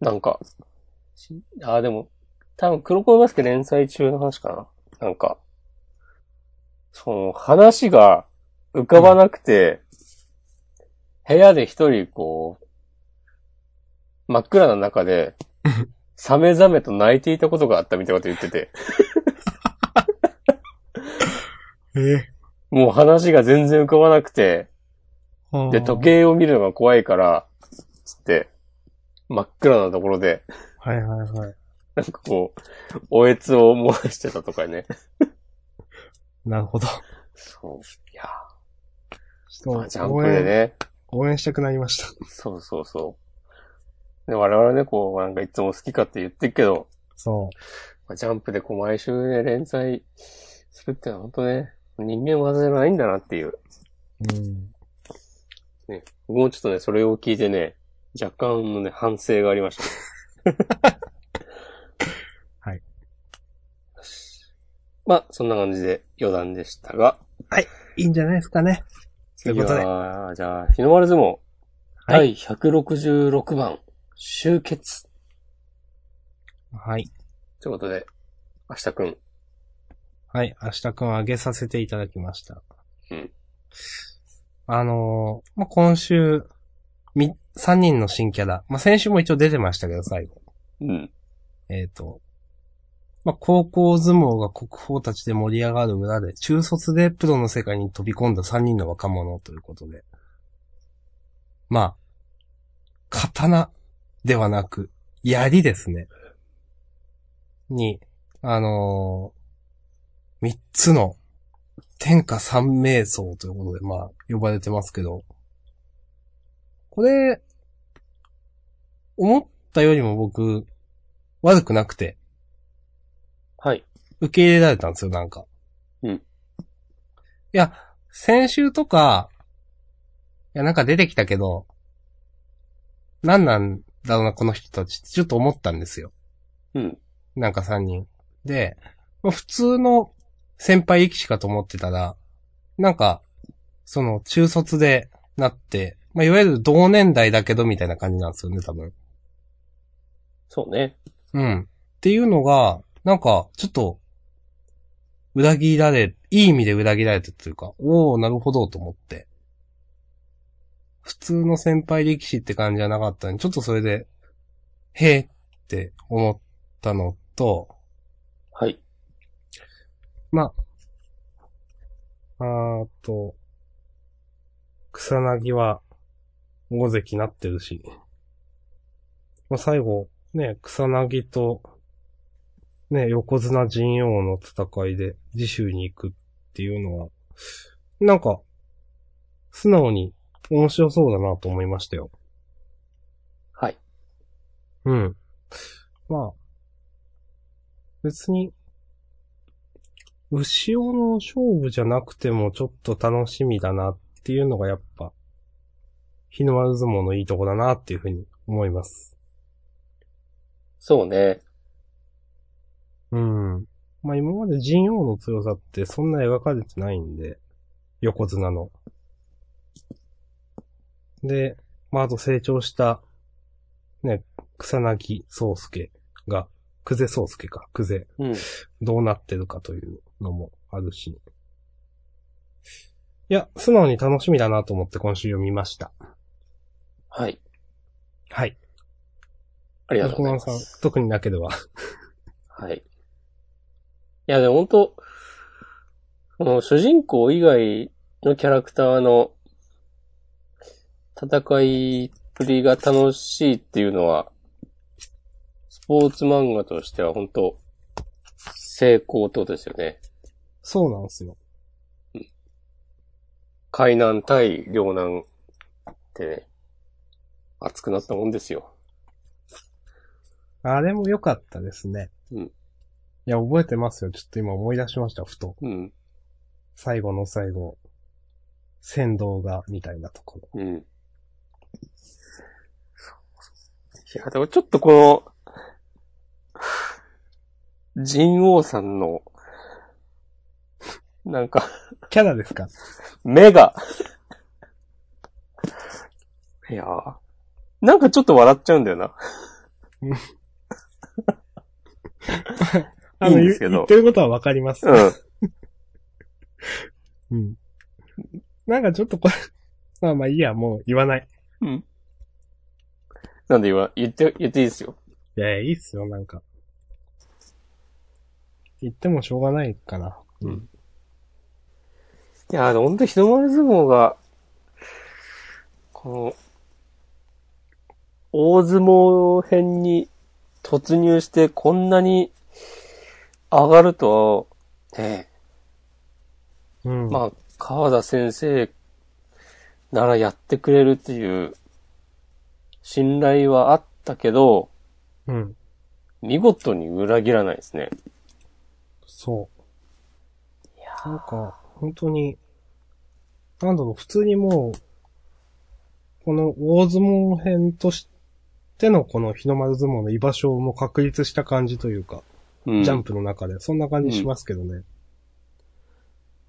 Speaker 2: なんか、しあ、でも、多分黒子バスケ連載中の話かな。なんか、その話が、浮かばなくて、部屋で一人こう、真っ暗な中で、サメザメと泣いていたことがあったみたいなこと言ってて、
Speaker 1: え
Speaker 2: もう話が全然浮かばなくて、
Speaker 1: ー
Speaker 2: で、時。計を見るのが怖いから、つって、真っ暗なところで、
Speaker 1: はいはいはい。
Speaker 2: なんかこう、おえつを漏らしてたとかね。
Speaker 1: なるほ ど。
Speaker 2: そう。いや
Speaker 1: ちょ
Speaker 2: ー、
Speaker 1: っ
Speaker 2: ジ
Speaker 1: と
Speaker 2: ャン
Speaker 1: 応
Speaker 2: プで
Speaker 1: 援、
Speaker 2: ね。
Speaker 1: 応援したくなりました。
Speaker 2: そうそうそう。で、我々ね、こう、なんかいつも好きかって言ってるけど、
Speaker 1: そ
Speaker 2: まあジャンプでこう、毎週ね、連載するってのは本当ね、人間技じゃないんだなっていう。
Speaker 1: う。うん。
Speaker 2: ね。僕もちょっとね、それを聞いてね、若干のね、反省がありました。
Speaker 1: はい。
Speaker 2: まあ、そんな感じで余談でしたが、
Speaker 1: いいんじゃないですかね。ということで
Speaker 2: 次はじゃあ、日の丸相撲、
Speaker 1: は
Speaker 2: 第166番、集結。
Speaker 1: はい。
Speaker 2: ということで、明日くん。
Speaker 1: はい。明日くんはあげさせていただきました。
Speaker 2: うん。
Speaker 1: あのーまあ、今週、み、3人の新キャラ。まあ、先週も一応出てましたけど、最後。
Speaker 2: うん。
Speaker 1: えっ、と、まあ、高校相撲が国宝たちで盛り上がる裏で、中卒でプロの世界に飛び込んだ3人の若者ということで。まあ、刀ではなく、槍ですね。に、あのー、3つの天下三名僧ということで、まあ、呼ばれてますけど、これ、思ったよりも僕、悪くなくて、
Speaker 2: はい。
Speaker 1: 受け入れられたんですよ、なんか。
Speaker 2: うん
Speaker 1: いや、先週とか、いや、なんか出てきたけど、なんなんだろうな、この人たちってちょっと思ったんですよ。
Speaker 2: うん。
Speaker 1: なんか3人。で、まあ普通の先輩力士かと思ってたら、なんか、その、中卒でなって、まあ、いわゆる同年代だけどみたいな感じなんですよね、多分。
Speaker 2: そうね。
Speaker 1: うん。っていうのが、なんか、ちょっと、裏切られ、いい意味で裏切られたというか、おー、なるほど、と思って。普通の先輩力士って感じじゃなかったんで、ちょっとそれで、へえって思ったのと、
Speaker 2: はい。
Speaker 1: あーと、草薙は、大関になってるし。まあ、最後、ね、草薙と、ね、横綱陣王の戦いで次週に行くっていうのは、なんか、素直に面白そうだなと思いましたよ。
Speaker 2: はい。
Speaker 1: うん。まあ、別に、牛尾の勝負じゃなくてもちょっと楽しみだなっていうのがやっぱ、日の丸相撲のいいとこだなっていうふうに思います。
Speaker 2: そうね。
Speaker 1: うん。まあ今まで陣王の強さってそんな描かれてないんで、横綱の。で、まああと成長した、ね、草薙宗介が、久世宗介か、久世。
Speaker 2: うん。
Speaker 1: どうなってるかというのもあるし。いや、素直に楽しみだなと思って今週読みました。
Speaker 2: はい。
Speaker 1: はい。
Speaker 2: ありがとうございま
Speaker 1: さん
Speaker 2: す。、
Speaker 1: 特になければ。
Speaker 2: はい。いや、でも本当この主人公以外のキャラクターの戦いっぷりが楽しいっていうのは、スポーツ漫画としては本当成功ってことですよね。
Speaker 1: そうなんですよ。
Speaker 2: 海南対両南ってね、熱くなったもんですよ。
Speaker 1: あれも良かったですね。
Speaker 2: うん
Speaker 1: いや、覚えてますよ。ちょっと今思い出しました、ふと。
Speaker 2: うん。
Speaker 1: 最後の最後。先導が、みたいなところ。
Speaker 2: うん。いや、でもちょっとこの、仁王さんの、なんか、
Speaker 1: キャラですか
Speaker 2: 目が、いやーなんかちょっと笑っちゃうんだよな。いいんですけど
Speaker 1: あの言言ってることはわかります。
Speaker 2: うん。
Speaker 1: うん。なんかちょっとこれ、 まあまあいいや、もう言わない。
Speaker 2: うん。なんで言わ、言って、言っていいですよ。
Speaker 1: いやいや、いいっすよ、なんか。言ってもしょうがないかな。
Speaker 2: うん。いやー、ほんと日の丸相撲が、この、大相撲編に突入してこんなに上がるとは、ね
Speaker 1: うん。
Speaker 2: え、まあ、川田先生ならやってくれるっていう信頼はあったけど、
Speaker 1: うん。
Speaker 2: 見事に裏切らないですね。
Speaker 1: そう。なんか、本当に、なんだろう、普通にもう、この大相撲編としてのこの日の丸相撲の居場所をもう確立した感じというか、
Speaker 2: うん
Speaker 1: ジャンプの中で、そんな感じしますけどね。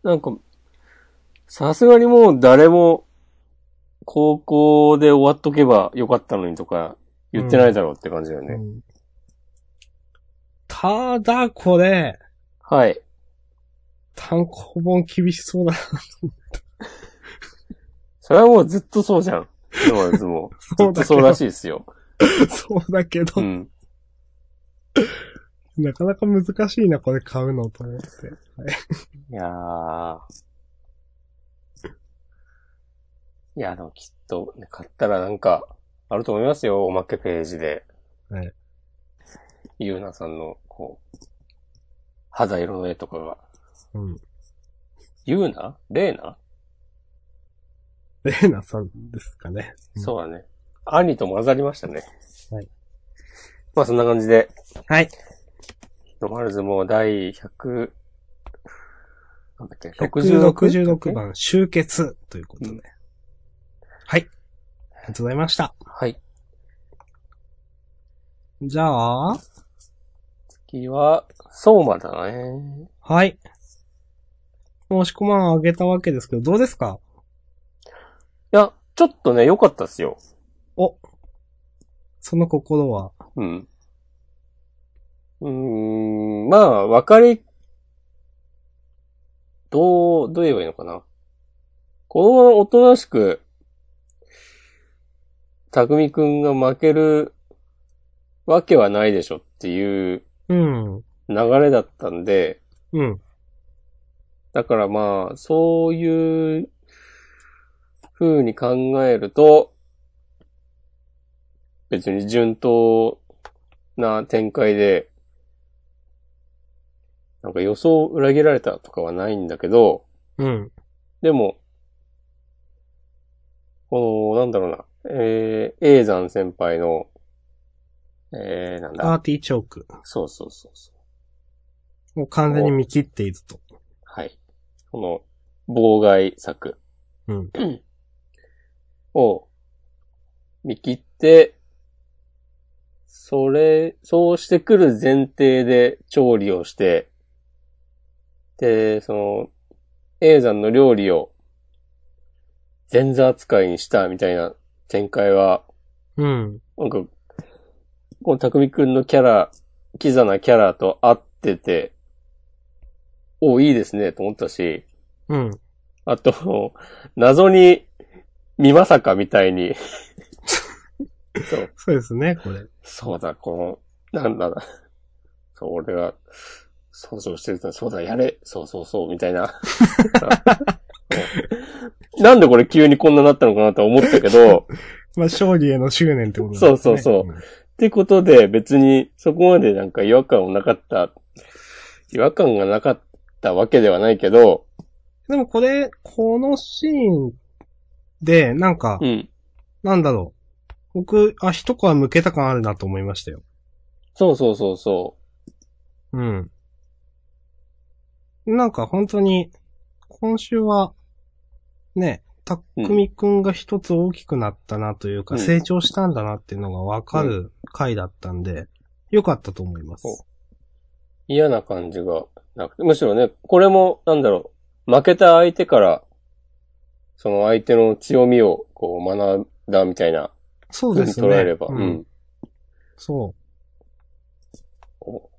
Speaker 2: なんか、さすがにもう誰も、高校で終わっとけばよかったのにとか、言ってないだろうって感じだよね。
Speaker 1: うんただ、これ、
Speaker 2: はい。
Speaker 1: 単行本厳しそうだ。
Speaker 2: それはもうずっとそうじゃん。でも、ず もず
Speaker 1: そう
Speaker 2: っ
Speaker 1: だ
Speaker 2: と
Speaker 1: け
Speaker 2: そう
Speaker 1: ど
Speaker 2: ら、しいですよ。
Speaker 1: そうだけど、
Speaker 2: うん。
Speaker 1: なかなか難しいな、これ買うのと思って。
Speaker 2: いやー。いや、でもきっと、ね、買ったらなんか、あると思いますよ。おまけページで。
Speaker 1: はい。
Speaker 2: ゆうなさんの、こう、肌色の絵とかが。
Speaker 1: うん。
Speaker 2: ゆうなれいな
Speaker 1: レーナさんですかね。
Speaker 2: そうだね。兄と混ざりましたね。
Speaker 1: はい。
Speaker 2: まあそんな感じで、
Speaker 1: はい。
Speaker 2: ノマルズも第100、なんだっけ、
Speaker 1: 166。番、終結ということで。
Speaker 2: うん
Speaker 1: はい。ありがとうございました。
Speaker 2: はい。
Speaker 1: じゃあ、
Speaker 2: 次は、相馬だね。
Speaker 1: はい。申し込まんあげたわけですけど、どうですか
Speaker 2: いや、ちょっとね、良かったっすよ。
Speaker 1: その心は。
Speaker 2: うん。うーん、まあ、わかり、どう、どう言えばいいのかな。このままおとなしく、たくみくんが負けるわけはないでしょっていう
Speaker 1: うん。
Speaker 2: 流れだったんで、
Speaker 1: うん。
Speaker 2: だからまあ、そういう風に考えると、別に順当な展開で、なんか予想を裏切られたとかはないんだけど、
Speaker 1: うん。
Speaker 2: でも、この、なんだろうな、えー、永山先輩の、えー、なん
Speaker 1: アー
Speaker 2: だ、
Speaker 1: ティチョーク。
Speaker 2: そうそうそうそう。
Speaker 1: もう完全に見切っていると。
Speaker 2: はい。この、妨害策。
Speaker 1: うん。
Speaker 2: を、見切って、それ、そうしてくる前提で調理をして、で、その、A さんの料理を、前座扱いにしたみたいな展開は、
Speaker 1: うん。
Speaker 2: なんか、この匠くんのキャラ、キザなキャラと合ってて、お、いいですね、と思ったし、
Speaker 1: うん。
Speaker 2: あと、謎に、みまさかみたいに。そう。
Speaker 1: そうですね、これ。
Speaker 2: そうだ、この、なんだ、そう、俺が、想像してると、そうだ、やれ、そうそうそう、みたいな。そうなんでこれ急にこんななったのかなとは思ったけど、
Speaker 1: まあ、勝利への執念ってことですね。
Speaker 2: そうそうそうってことで別にそこまでなんか違和感をなかった、違和感がなかったわけではないけど、
Speaker 1: でもこれ、このシーンで、なんか、
Speaker 2: うん。
Speaker 1: なんだろう。僕、あ、一皮むけた感あるなと思いましたよ。
Speaker 2: そうそうそうそう。
Speaker 1: うん。なんか本当に、今週は、ね、たっくみくんが一つ大きくなったなというか、
Speaker 2: うん
Speaker 1: 成長したんだなっていうのがわかる回だったんで、良かったと思います。
Speaker 2: 嫌な感じがなくて、むしろね、これも、なんだろう、負けた相手から、その相手の強みをこう学んだみたいな、
Speaker 1: そうですね。
Speaker 2: 捉えれば、
Speaker 1: う
Speaker 2: うんん、
Speaker 1: そ
Speaker 2: お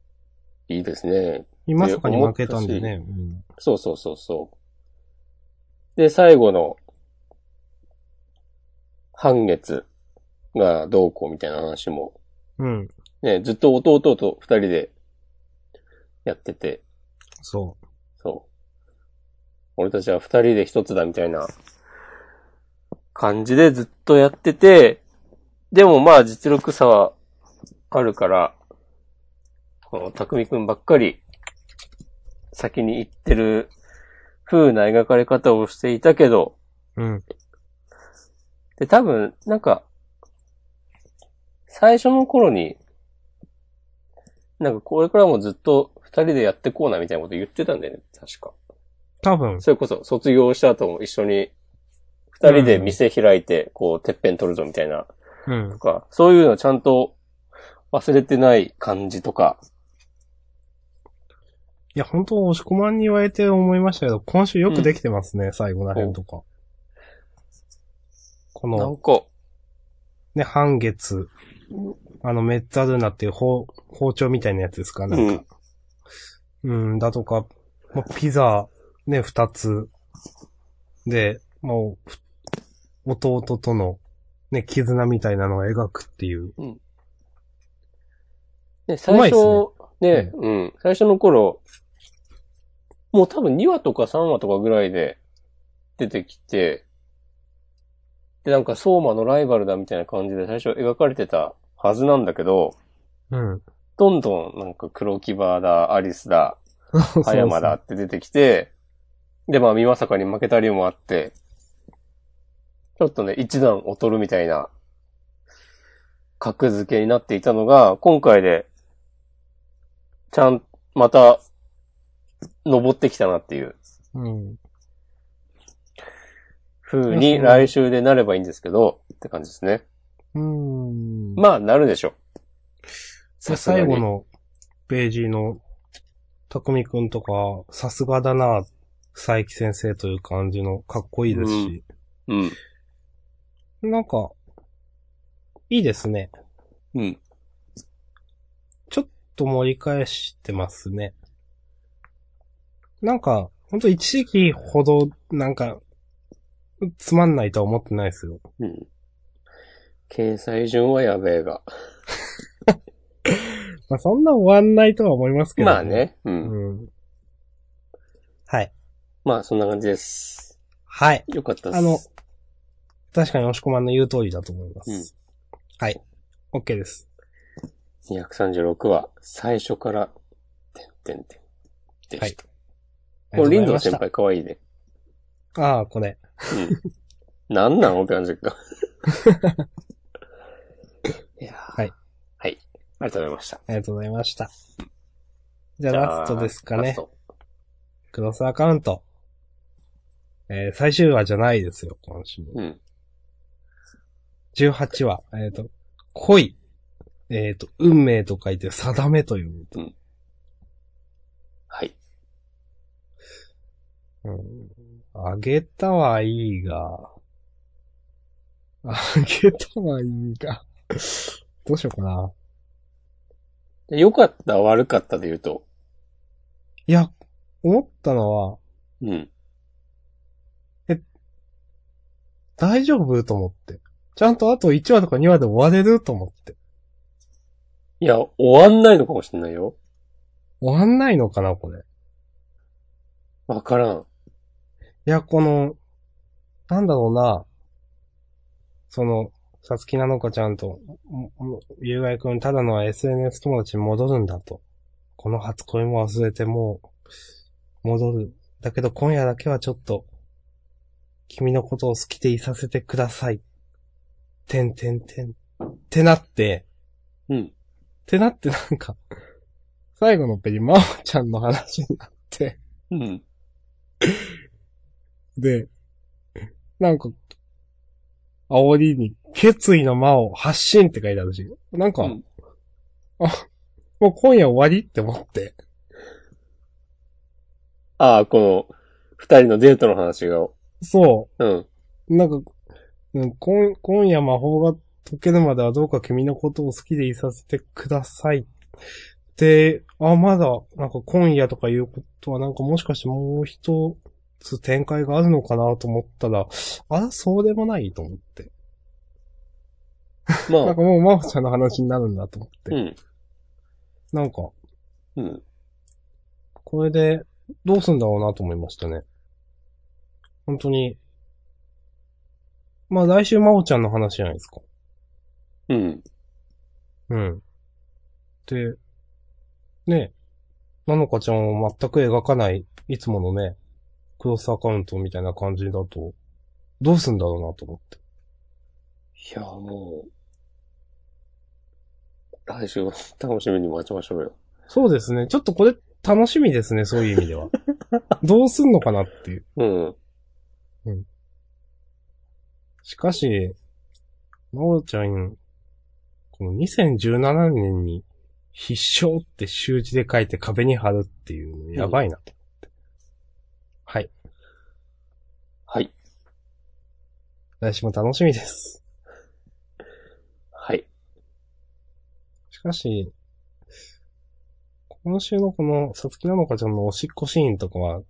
Speaker 2: いいですね。
Speaker 1: う。今まさかに負けたんでね。うん
Speaker 2: そうそうそうそで、最後の、半月がどうこうみたいな話も、
Speaker 1: うん。
Speaker 2: ね、ずっと弟と二人でやってて、
Speaker 1: そ
Speaker 2: そう。俺たちは二人で一つだみたいな感じでずっとやってて、でもまあ実力差はあるから、この匠くんばっかり先に行ってる風な描かれ方をしていたけど、
Speaker 1: う。うん。
Speaker 2: で、多分、なんか、最初の頃に、なんかこれからもずっと二人でやってこうなみたいなこと言ってたんだよね、確か。
Speaker 1: 多分、
Speaker 2: それこそ卒業した後も一緒に二人で店開いて、こう、てっぺん取るぞみたいな、
Speaker 1: うん
Speaker 2: と。か、そういうのちゃんと忘れてない感じとか、
Speaker 1: いや、本当押し込まんに言われて思いましたけど、今週よくできてますね、最後ら辺とか。こ
Speaker 2: な
Speaker 1: の
Speaker 2: ん、か、
Speaker 1: ね、半月、あの、メッツァルナっていう包包丁みたいなやつですか、なんか。うん、だとか、まあ、ピザ、ね、二つ。で、もう、ふ弟との、ね、絆みたいなのを描くっていう。
Speaker 2: ね、
Speaker 1: うまいっ
Speaker 2: 最
Speaker 1: す
Speaker 2: 初、ねうん、最初の頃、もう多分2話とか3話とかぐらいで出てきて、で、なんか相馬のライバルだみたいな感じで最初描かれてたはずなんだけど、
Speaker 1: うん。
Speaker 2: どんどんなんか黒木場だ、アリスだ、葉山だって出てきて、で、まあ、美まさかに負けたりもあって、ちょっとね、一段劣るみたいな、格付けになっていたのが、今回で、ちゃん、また、登ってきたなっていう
Speaker 1: うん。
Speaker 2: 風に来週でなればいいんですけど、って感じですね。
Speaker 1: うん。
Speaker 2: まあ、なるでしょ
Speaker 1: で
Speaker 2: さすがに
Speaker 1: 最後のページの、たくみくんとか、さすがだな、佐伯先生という感じの、かっこいいですし、
Speaker 2: う。うん。
Speaker 1: なんか、いいですね。
Speaker 2: うん。
Speaker 1: と盛り返してますね。なんか、ほんと一時期ほど、なんか、つまんないとは思ってないですよ。
Speaker 2: うん。掲載順はやべえが。
Speaker 1: まあ、そんな終わんないとは思いますけど、
Speaker 2: まあ。ね。う。
Speaker 1: うんん。はい。
Speaker 2: まあ、そんな感じです。
Speaker 1: はい。
Speaker 2: よかったです。
Speaker 1: あの、確かに押し込まんの言う通りだと思います。はい。OK です。
Speaker 2: 236話、最初から、てんてんてん。で
Speaker 1: はい
Speaker 2: した。これ、リンド
Speaker 1: あ
Speaker 2: の
Speaker 1: りが
Speaker 2: 先
Speaker 1: とう
Speaker 2: 輩可愛いね。
Speaker 1: ございました。ああ、これ。
Speaker 2: うん。なんなのって感じか。いや ー
Speaker 1: はい。
Speaker 2: はい。ありがとうございました。
Speaker 1: ありがとうございました。じゃあ
Speaker 2: じゃあ
Speaker 1: ラストですか
Speaker 2: ラ
Speaker 1: ね
Speaker 2: ス。ト
Speaker 1: クロスアカウント。えー最終話じゃないですよ、今週。
Speaker 2: うん。
Speaker 1: 18話。えっ、と、恋。えっ、と、運命と書いて定めという。
Speaker 2: はい。
Speaker 1: うん。あげたはいいが。あげたはいいが。どうしようかな。
Speaker 2: で良かった、悪かったで言うと、
Speaker 1: いや、思ったのは、
Speaker 2: うん。
Speaker 1: 大丈夫と思って。ちゃんとあと1話とか2話で終われると思って。
Speaker 2: いや、終わんないのかもしれないよ。
Speaker 1: 終わんないのかな、これ。い
Speaker 2: わからん。
Speaker 1: や、この、なんだろうな。その、さつきなのかちゃんと、ももゆうがいくん、ただの SNS 友達に戻るんだと。この初恋も忘れてもう、戻る。だけど今夜だけはちょっと、君のことを好きでいさせてください。てんてんてん。ってなって、
Speaker 2: うん。
Speaker 1: ってなってなんか、最後のページ、まおちゃんの話になって、
Speaker 2: うん。
Speaker 1: で、なんか、煽りに、決意の魔を発信って書いてあるし、なんか、
Speaker 2: うん
Speaker 1: あ、もう今夜終わりって思って、
Speaker 2: ああ、この、二人のデートの話が、
Speaker 1: そ
Speaker 2: うん。
Speaker 1: う、なんか、うん、今今夜魔法が解けるまではどうか君のことを好きでいさせてください。で、あ、まだ、なんか今夜とかいうことは、なんかもしかしてもう一つ展開があるのかなと思ったら、あら、そうでもないと思って。
Speaker 2: ま
Speaker 1: なん
Speaker 2: あ
Speaker 1: か、もう、真帆ちゃんの話になるんだと思って。
Speaker 2: うん。
Speaker 1: なんか、
Speaker 2: うん。
Speaker 1: これで、どうすんだろうなと思いましたね。本当に。まあ来週真帆ちゃんの話じゃないですか。
Speaker 2: うん。
Speaker 1: うん。で、ねえ、なのかちゃんを全く描かない、いつものね、クロスアカウントみたいな感じだと、どうすんだろうなと思って。
Speaker 2: いや、もう、来週、 楽しみに待ちましょうよ。
Speaker 1: そうですね。ちょっとこれ楽しみですね、そういう意味では。 どうすんのかなっていう。
Speaker 2: うん。
Speaker 1: しかし、なおちゃん、この2017年に必勝って習字で書いて壁に貼るっていうのやばいなと思って。はい。
Speaker 2: はい。
Speaker 1: 来週も楽しみです。
Speaker 2: はい。
Speaker 1: しかし、今週のこの、さつきなのかちゃんのおしっこシーンとかは、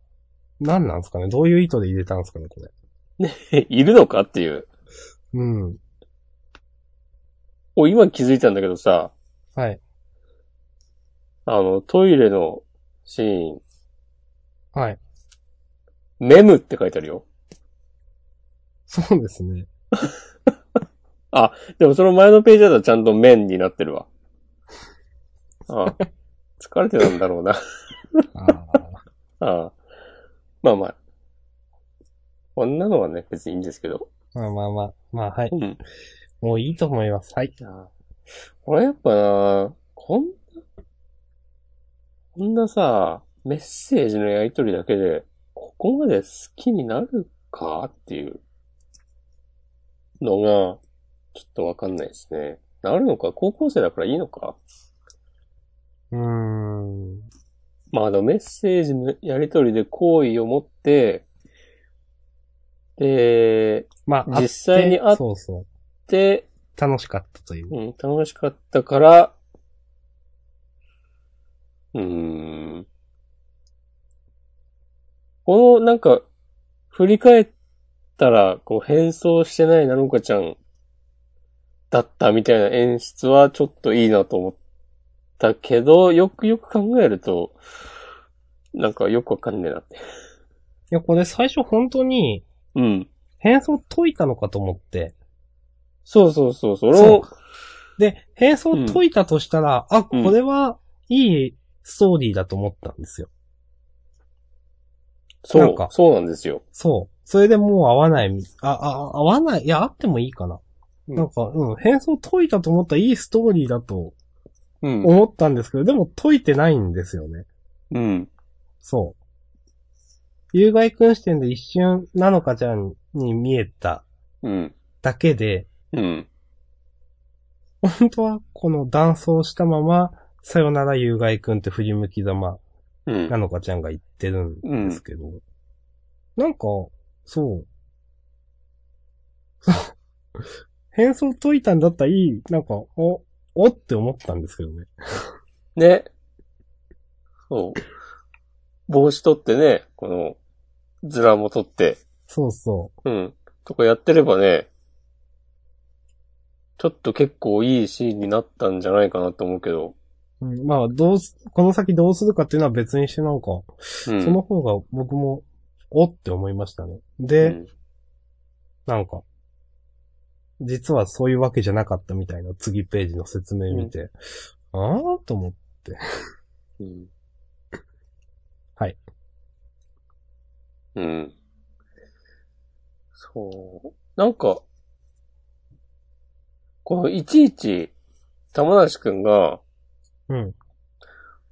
Speaker 1: 何なんですかねどういう意図で入れたんですかねこれ。
Speaker 2: え、いるのかっていう。
Speaker 1: うん。
Speaker 2: お、今気づいたんだけどさ、
Speaker 1: はい。
Speaker 2: あの、トイレのシーン、
Speaker 1: はい。
Speaker 2: メムって書いてあるよ。
Speaker 1: そうですね。
Speaker 2: でもその前のページだとちゃんと面になってるわ。あ あ疲れてたんだろうな。
Speaker 1: あー
Speaker 2: ああまあまあ。こんなのはね、別にいいんですけど。
Speaker 1: まあまあまあ、まあはい。
Speaker 2: うん。
Speaker 1: もういいと思います。はい。
Speaker 2: ああ俺やっぱな、こんな、こんなさ、メッセージのやりとりだけで、ここまで好きになるかっていうのが、ちょっとわかんないですね。なるのか高校生だからいいのか
Speaker 1: うーん。
Speaker 2: まあ、あの、メッセージのやり取りで好意を持って、で、
Speaker 1: まあ、
Speaker 2: 実際に
Speaker 1: あっ、
Speaker 2: 会って
Speaker 1: そうそう。
Speaker 2: で、
Speaker 1: 楽しかったという。
Speaker 2: うん、楽しかったから、うーん。この、なんか、振り返ったら、こう、変装してないなのかちゃんだったみたいな演出はちょっといいなと思ったけど、よくよく考えると、なんかよくわかんねえなって。
Speaker 1: いや、これ最初本当に
Speaker 2: うん。
Speaker 1: 変装解いたのかと思って。
Speaker 2: そうそうそう、それ
Speaker 1: そう
Speaker 2: を、
Speaker 1: で、変装解いたとしたら、あ、こ
Speaker 2: うん
Speaker 1: れはいいストーリーだと思ったんですよ。
Speaker 2: そ
Speaker 1: なん
Speaker 2: う
Speaker 1: か、
Speaker 2: そうなんですよ。
Speaker 1: そう。それでもう合わないみ、あ、あ、合わない、いや、あってもいいかな。
Speaker 2: うん
Speaker 1: なんか、うん、変装解いたと思ったらいいストーリーだと
Speaker 2: うん。
Speaker 1: 思ったんですけど、でも解いてないんですよね。
Speaker 2: うん。
Speaker 1: そう。有害君視点で一瞬、なのかちゃんに見えた
Speaker 2: うん。
Speaker 1: だけで、
Speaker 2: うん。
Speaker 1: 本当はこの断層したまま、さよなら有害くんって振り向きざま、
Speaker 2: うん
Speaker 1: な。のかちゃんが言ってるん
Speaker 2: うん
Speaker 1: ですけど、なんか、そう。 変装解いたんだったらいい、なんか、お、おって思ったんですけどね。
Speaker 2: ね。そう。帽子取ってね、この、ズラも取って、
Speaker 1: そうそ
Speaker 2: うん。とかやってればね、ちょっと結構いいシーンになったんじゃないかなと思うけど。
Speaker 1: う。うん、まあ、どうす、この先どうするかっていうのは別にしてなんか、
Speaker 2: うん。
Speaker 1: その方が僕も、おって思いましたね。で、
Speaker 2: うん
Speaker 1: なんか、実はそういうわけじゃなかったみたいな次ページの説明見て、あーと思って。
Speaker 2: うん。
Speaker 1: はい。
Speaker 2: うん。そう。なんか、このいちいち、玉梨くんが、
Speaker 1: うん。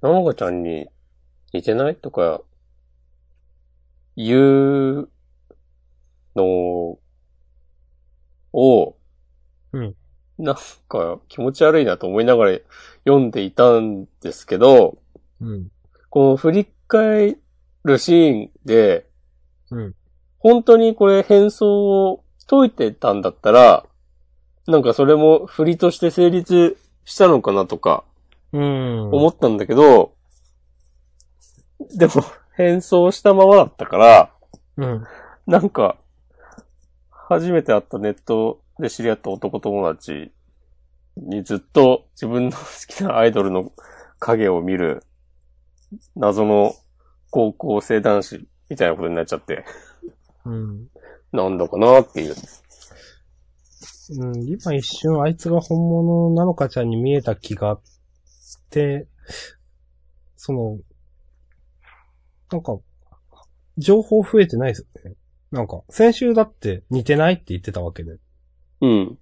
Speaker 2: なもかちゃんに似てないとか、言うのを、
Speaker 1: うん
Speaker 2: なんか気持ち悪いなと思いながら読んでいたんですけど、
Speaker 1: うん。
Speaker 2: この振り返るシーンで、
Speaker 1: うん
Speaker 2: 本当にこれ変装を解いてたんだったら、なんかそれも振りとして成立したのかなとか、
Speaker 1: うん。
Speaker 2: 思ったんだけど、でも、変装したままだったから、
Speaker 1: うん。
Speaker 2: なんか、初めて会ったネットで知り合った男友達にずっと自分の好きなアイドルの影を見る謎の高校生男子みたいなことになっちゃって、
Speaker 1: うん。
Speaker 2: なんだかなっていう。
Speaker 1: うん、今一瞬あいつが本物なのかちゃんに見えた気がして、その、なんか、情報増えてないですよね。なんか、先週だって似てないって言ってたわけで。
Speaker 2: うん。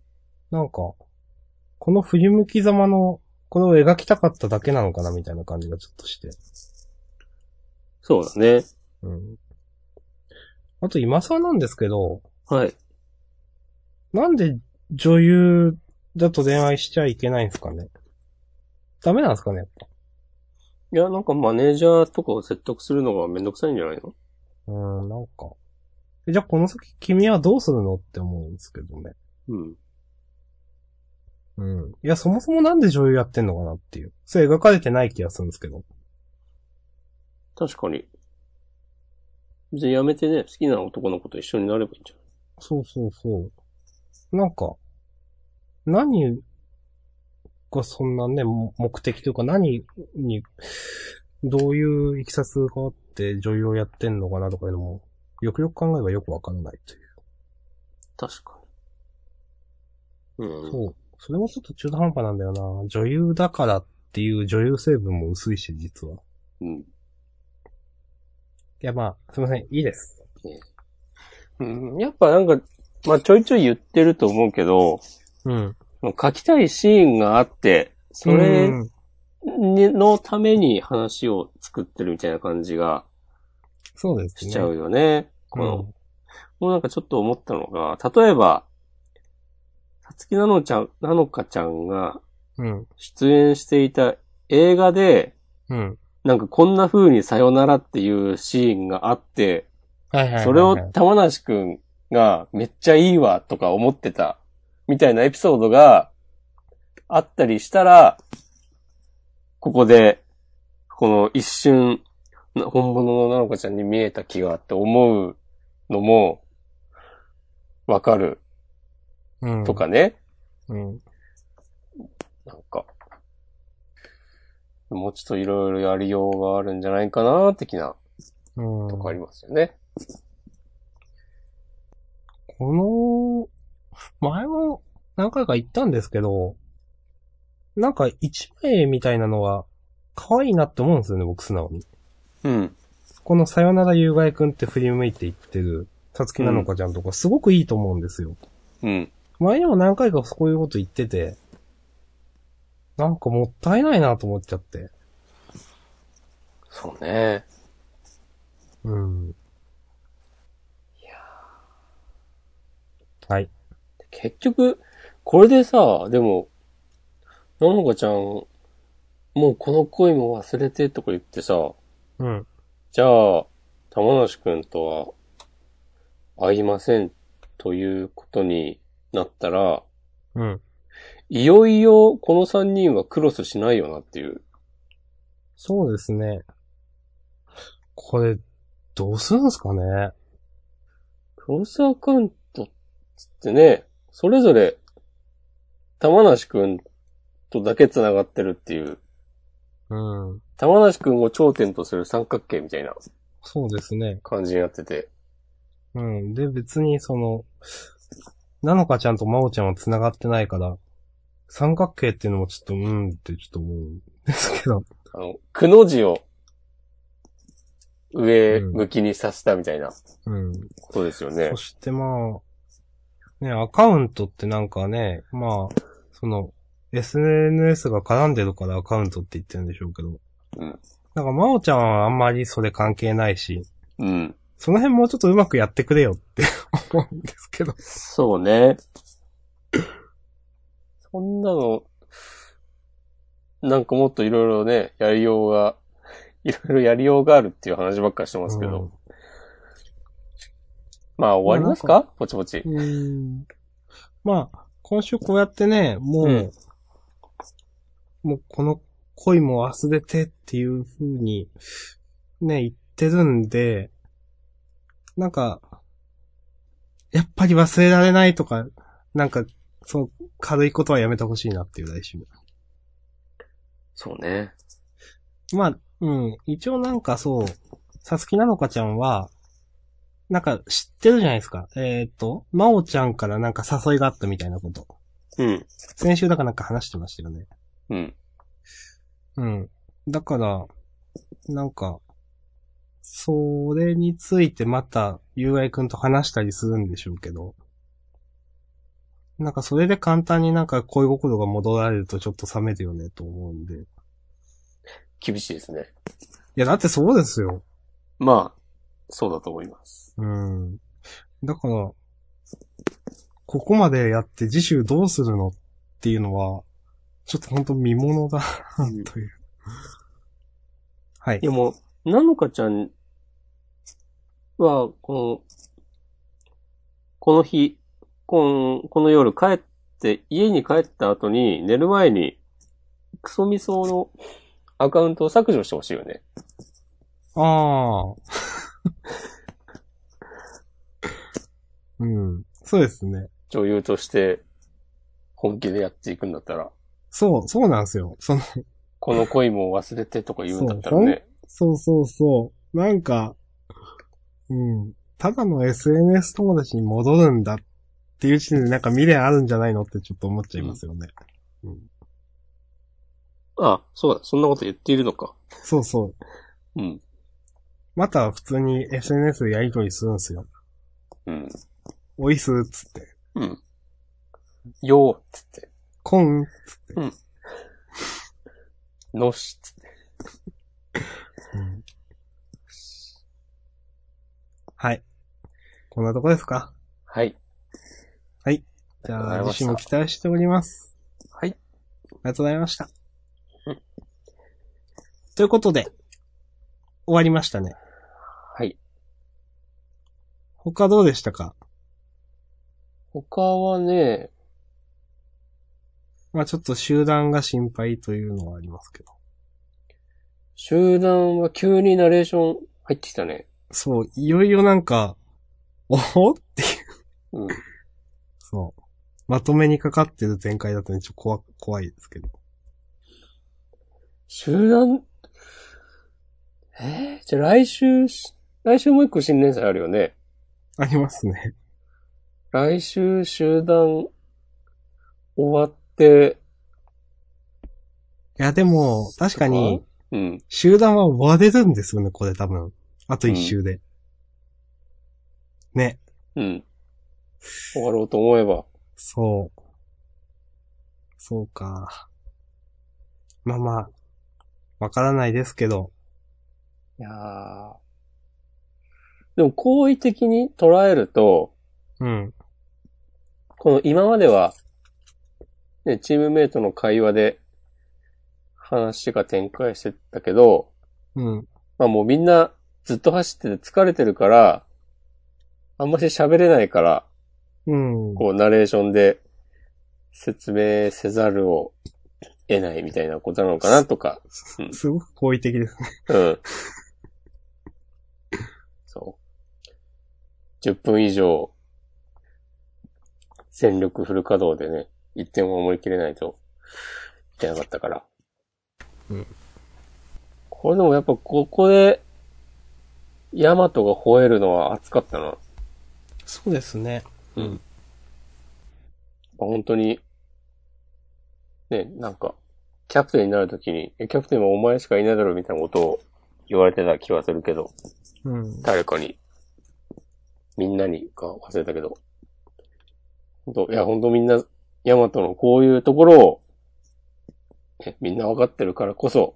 Speaker 1: なんか、この振り向きざまの、これを描きたかっただけなのかなみたいな感じがちょっとして。
Speaker 2: そうだね。
Speaker 1: うん。あと今更なんですけど、
Speaker 2: はい。
Speaker 1: なんで女優だと恋愛しちゃいけないんですかねダメなんですかね
Speaker 2: いや、なんかマネージャーとかを説得するのがめんどくさいんじゃないの
Speaker 1: うーん、なんか。えじゃあこの先君はどうするのって思うんですけどね。
Speaker 2: うん。
Speaker 1: うん。いや、そもそもなんで女優やってんのかなっていう。それ描かれてない気がするんですけど。
Speaker 2: 確かに。別にやめてね、好きな男の子と一緒になればいいんじゃない
Speaker 1: そうそうそう。なんか、何がそんなね、も目的というか何に、どういういきさつがあって女優をやってんのかなとかいうのも、よくよく考えればよくわからないという。
Speaker 2: 確かに。うん。
Speaker 1: そう。それもちょっと中途半端なんだよな。女優だからっていう女優成分も薄いし、実は。
Speaker 2: うん。
Speaker 1: いや、まあ、すいません。いいです。
Speaker 2: うんやっぱなんか、まあちょいちょい言ってると思うけど、
Speaker 1: うん。
Speaker 2: 書きたいシーンがあって、それ
Speaker 1: うん
Speaker 2: にのために話を作ってるみたいな感じが
Speaker 1: そうですね。
Speaker 2: しちゃうよね。この、もうなんかちょっと思ったのが、例えば、さつきなのちゃん、なのかちゃんが
Speaker 1: うん。
Speaker 2: 出演していた映画で、
Speaker 1: うん。
Speaker 2: なんかこんな風にさよならっていうシーンがあって、
Speaker 1: はいはいはいはい。
Speaker 2: それを玉梨くんがめっちゃいいわとか思ってたみたいなエピソードがあったりしたら、ここで、この一瞬、な本物のなのかちゃんに見えた気がって思うのも、わかる
Speaker 1: うん、
Speaker 2: とかね。
Speaker 1: うん。
Speaker 2: なんか、もうちょっといろいろやりようがあるんじゃないかな、的な
Speaker 1: うん。
Speaker 2: とこありますよね。
Speaker 1: この、前も何回か言ったんですけど、なんか一枚絵みたいなのは可愛いなって思うんですよね、僕素直に。
Speaker 2: うん。
Speaker 1: このさよならゆうがいくんって振り向いていってる、さつきなのかちゃんとか、すごくいいと思うんですよ。
Speaker 2: うん。
Speaker 1: 前にも何回かそういうこと言ってて、なんかもったいないなと思っちゃって。
Speaker 2: そうね。
Speaker 1: うん。はい。
Speaker 2: 結局、これでさ、でも、なのかちゃん、もうこの恋も忘れてとか言ってさ、
Speaker 1: うん。
Speaker 2: じゃあ、玉梨くんとは会いませんということになったら、
Speaker 1: うん。
Speaker 2: いよいよこの三人はクロスしないよなっていう。
Speaker 1: そうですね。これ、どうするんすかね
Speaker 2: クロスアカウントっつってね、それぞれ、玉梨くんとだけ繋がってるっていう、
Speaker 1: うん。
Speaker 2: 玉梨くんを頂点とする三角形みたいな
Speaker 1: そうですね。
Speaker 2: 感じになってて。
Speaker 1: うん。で、別にその、なのかちゃんとまおちゃんは繋がってないから、三角形っていうのもちょっと、うんってちょっと思うんですけど。
Speaker 2: あの、くの字を上向きにさせたみたいな
Speaker 1: うん。
Speaker 2: ことですよね
Speaker 1: そ。してまあ、ね、アカウントってなんかね、まあ、その、SNS が絡んでるからアカウントって言ってるんでしょうけど。
Speaker 2: うん。
Speaker 1: なんか、まおちゃんはあんまりそれ関係ないし、
Speaker 2: うん。
Speaker 1: その辺もうちょっとうまくやってくれよって思うんですけど。
Speaker 2: そうね。 そんなの、なんかもっといろいろね、やりようが、 いろいろやりようがあるっていう話ばっかりしてますけど。
Speaker 1: うん
Speaker 2: まあ終わります
Speaker 1: まあ
Speaker 2: かぼちぼち。
Speaker 1: うんまあ、今週こうやってね、もう、
Speaker 2: うん
Speaker 1: もうこの恋も忘れてっていう風に、ね、言ってるんで、なんか、やっぱり忘れられないとか、なんか、そう、軽いことはやめてほしいなっていう来週。
Speaker 2: そうね。
Speaker 1: まあ、うん。一応なんかそう、さつきなのかちゃんは、なんか知ってるじゃないですか。えーっ、と、まおちゃんからなんか誘いがあったみたいなこと。
Speaker 2: うん。
Speaker 1: 先週だからなんか話してましたよね。
Speaker 2: うん。
Speaker 1: うん。だから、なんか、それについてまた、ゆうあいくんと話したりするんでしょうけど、なんかそれで簡単になんか恋心が戻られるとちょっと冷めるよねと思うんで。い
Speaker 2: 厳しいですね。
Speaker 1: や、だってそうですよ。
Speaker 2: まあ、そうだと思います。
Speaker 1: うん。だから、ここまでやって次週どうするのっていうのは、ちょっとほんと見物だな、という。はい
Speaker 2: で。も、なのかちゃんは、この、この日、このこの夜帰って、家に帰った後に、寝る前に、クソミソのアカウントを削除してほしいよね。
Speaker 1: ああ。 うん。そうですね。
Speaker 2: 女優として、本気でやっていくんだったら、
Speaker 1: そう、そうなんですよ。その、
Speaker 2: この恋も忘れてとか言うんだったらね。
Speaker 1: そうそうそう。なんか、うん。ただの SNS 友達に戻るんだっていう時点でなんか未練あるんじゃないのってちょっと思っちゃいますよね。
Speaker 2: あ、そうだ、そんなこと言っているのか。
Speaker 1: そうそう。
Speaker 2: うん。
Speaker 1: また普通に SNS でやりとりするんですよ。
Speaker 2: うん。
Speaker 1: おいすっつって。
Speaker 2: うん。よーっつって。
Speaker 1: こんっつって。
Speaker 2: のしっつって。
Speaker 1: うんはい。こんなとこですか
Speaker 2: はい。
Speaker 1: はい。じ
Speaker 2: あ
Speaker 1: ゃあ、
Speaker 2: りがとうございま
Speaker 1: 自
Speaker 2: した
Speaker 1: 身も期待しております。
Speaker 2: はい。
Speaker 1: ありがとうございました
Speaker 2: うん。
Speaker 1: ということで、終わりましたね。
Speaker 2: はい。
Speaker 1: 他どうでしたか
Speaker 2: 他はね、
Speaker 1: まあちょっと集団が心配というのはありますけど。
Speaker 2: 集団は急にナレーション入ってきたね。
Speaker 1: そう、いよいよなんか、おおっていう、
Speaker 2: うん。
Speaker 1: そう。まとめにかかってる展開だとね、ちょっと怖、怖いですけど。
Speaker 2: 集団、えー、じゃあ来週し、来週もう一個新年祭あるよね。
Speaker 1: ありますね。
Speaker 2: 来週集団終わって、
Speaker 1: いや、でも、確かに、
Speaker 2: うん。
Speaker 1: 集団は終われるんですよね、これ多分。あと一周で。ね、
Speaker 2: うん。終わろうと思えば。
Speaker 1: そう。そうか。まあまあ、わからないですけど、
Speaker 2: いやーでも好意的に捉えると、
Speaker 1: うん、
Speaker 2: この今までは、ね、チームメイトの会話で話が展開してたけど、
Speaker 1: うん、
Speaker 2: まあもうみんなずっと走ってて疲れてるから、あんまり喋れないから、
Speaker 1: うん。
Speaker 2: こうナレーションで説明せざるを得ないみたいなことなのかなとか、うん
Speaker 1: すごく好意的ですね。
Speaker 2: うん。そう。10分以上、全力フル稼働でね、1点を守りきれないと、いけなかったから。
Speaker 1: うん。
Speaker 2: これでもやっぱここで、ヤマトが吠えるのは熱かったな。
Speaker 1: そうですね。
Speaker 2: うん。本当に、ね、なんか、キャプテンになるときに、えキャプテンはお前しかいないだろうみたいなことを言われてた気はするけど、
Speaker 1: うん。
Speaker 2: 誰かに、みんなにか忘れたけど、本当いや、本当みんな、ヤマトのこういうところを、ねみんなわかってるからこそ、